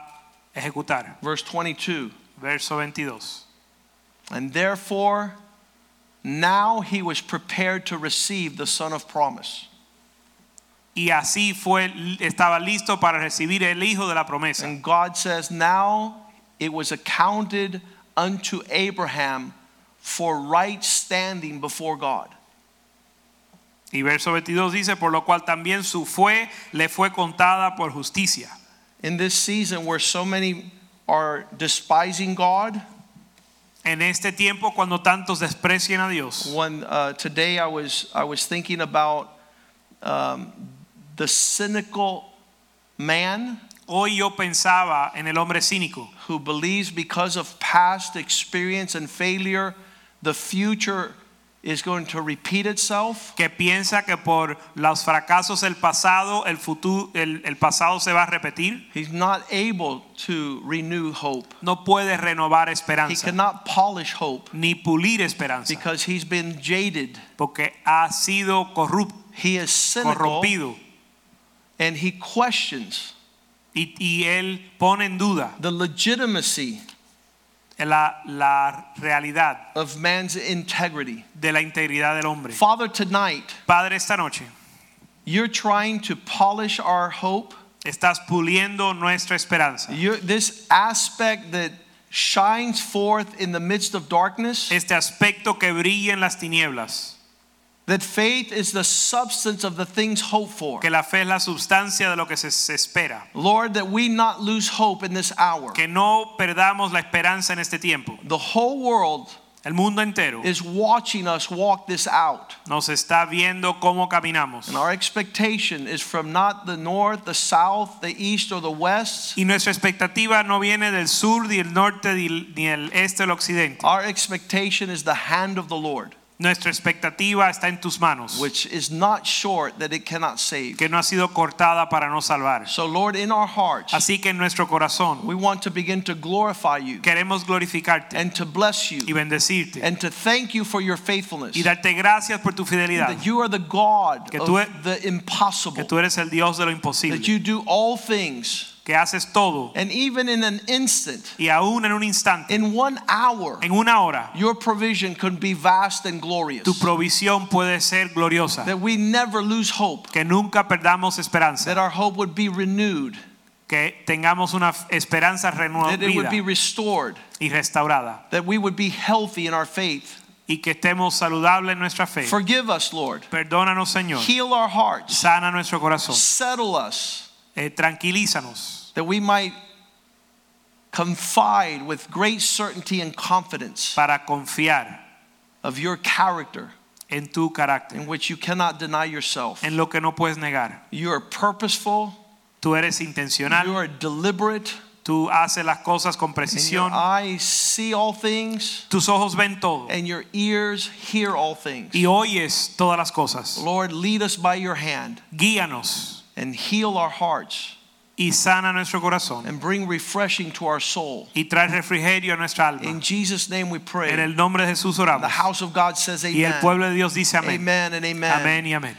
ejecutar. Verse 22 Verso 22. And therefore, now He was prepared to receive the Son of promise. Y así fue, estaba listo para recibir el hijo de la promesa. And God says, Now it was accounted unto Abraham for right standing before God. Y verso 22 dice, por lo cual también su fue le fue contada por justicia. In this season where so many are despising God, En este tiempo cuando tantos desprecian a Dios. when uh, today I was, I was thinking about um, the cynical man Hoy yo pensaba en el hombre cínico who believes because of past experience and failure, the future is going to repeat itself. que piensa que por los fracasos del pasado el futuro el, el pasado se va a repetir. He's not able to renew hope. No puede renovar He esperanza cannot polish hope ni pulir esperanza because he's been jaded. porque ha sido corrupto, He is cynical corrompido and he questions y, y él pone en duda the legitimacy la, la realidad of man's integrity. de la integridad del hombre. Father, tonight, Padre, esta noche you're trying to polish our hope. estás puliendo nuestra esperanza. you this aspect that shines forth in the midst of darkness. Este aspecto que brilla en las tinieblas, That faith is the substance of the things hoped for. que la fe es la sustancia de lo que se, se espera. Lord, that we not lose hope in this hour. Que no perdamos la esperanza en este tiempo. The whole world El mundo entero is watching us walk this out. nos está viendo cómo caminamos. And our expectation is from not the north, the south, the east, or the west. Y nuestra expectativa no viene del sur, ni el norte, ni el- ni el este o el occidente. Our expectation is the hand of the Lord, Nuestra expectativa está en tus manos, which is not short that it cannot save. que no ha sido cortada para no salvar. So, Lord, in our hearts, Así que en nuestro corazón we want to begin to glorify you queremos glorificarte and to bless y you bendecirte and to thank you for your faithfulness. y darte gracias por tu fidelidad, That you are the God Que tú e- of the que impossible. tú eres el Dios de lo that imposible, you do all things que haces todo and even in an instant y aún en un instante, in one hour en una hora, your provision could be vast and glorious tu provisión puede ser gloriosa, that we never lose hope que nunca perdamos esperanza. that our hope would be renewed que tengamos una f- esperanza that it would renovada be restored y restaurada that we would be healthy in our faith y que estemos saludables en nuestra fe. forgive us lord Perdónanos, Señor. heal our hearts Sana nuestro corazón. settle us Eh, tranquilízanos that we might confide with great certainty and confidence para confiar of your character en tu in carácter, which you cannot deny yourself en lo que no puedes negar. you are purposeful Tú eres you intencional, are deliberate tú haces las cosas con And your precisión. eyes see all things, Tus ojos ven todo and your ears hear all things. y oyes todas las cosas. Lord, lead us by your hand Guíanos and heal our hearts y sana nuestro corazón and bring refreshing to our soul. y trae refrigerio a nuestra In alma. Jesus' name we pray. En el nombre de Jesús The oramos. house of God says Y el amen. pueblo de Dios dice amén. Amen and amen. Amén y amén.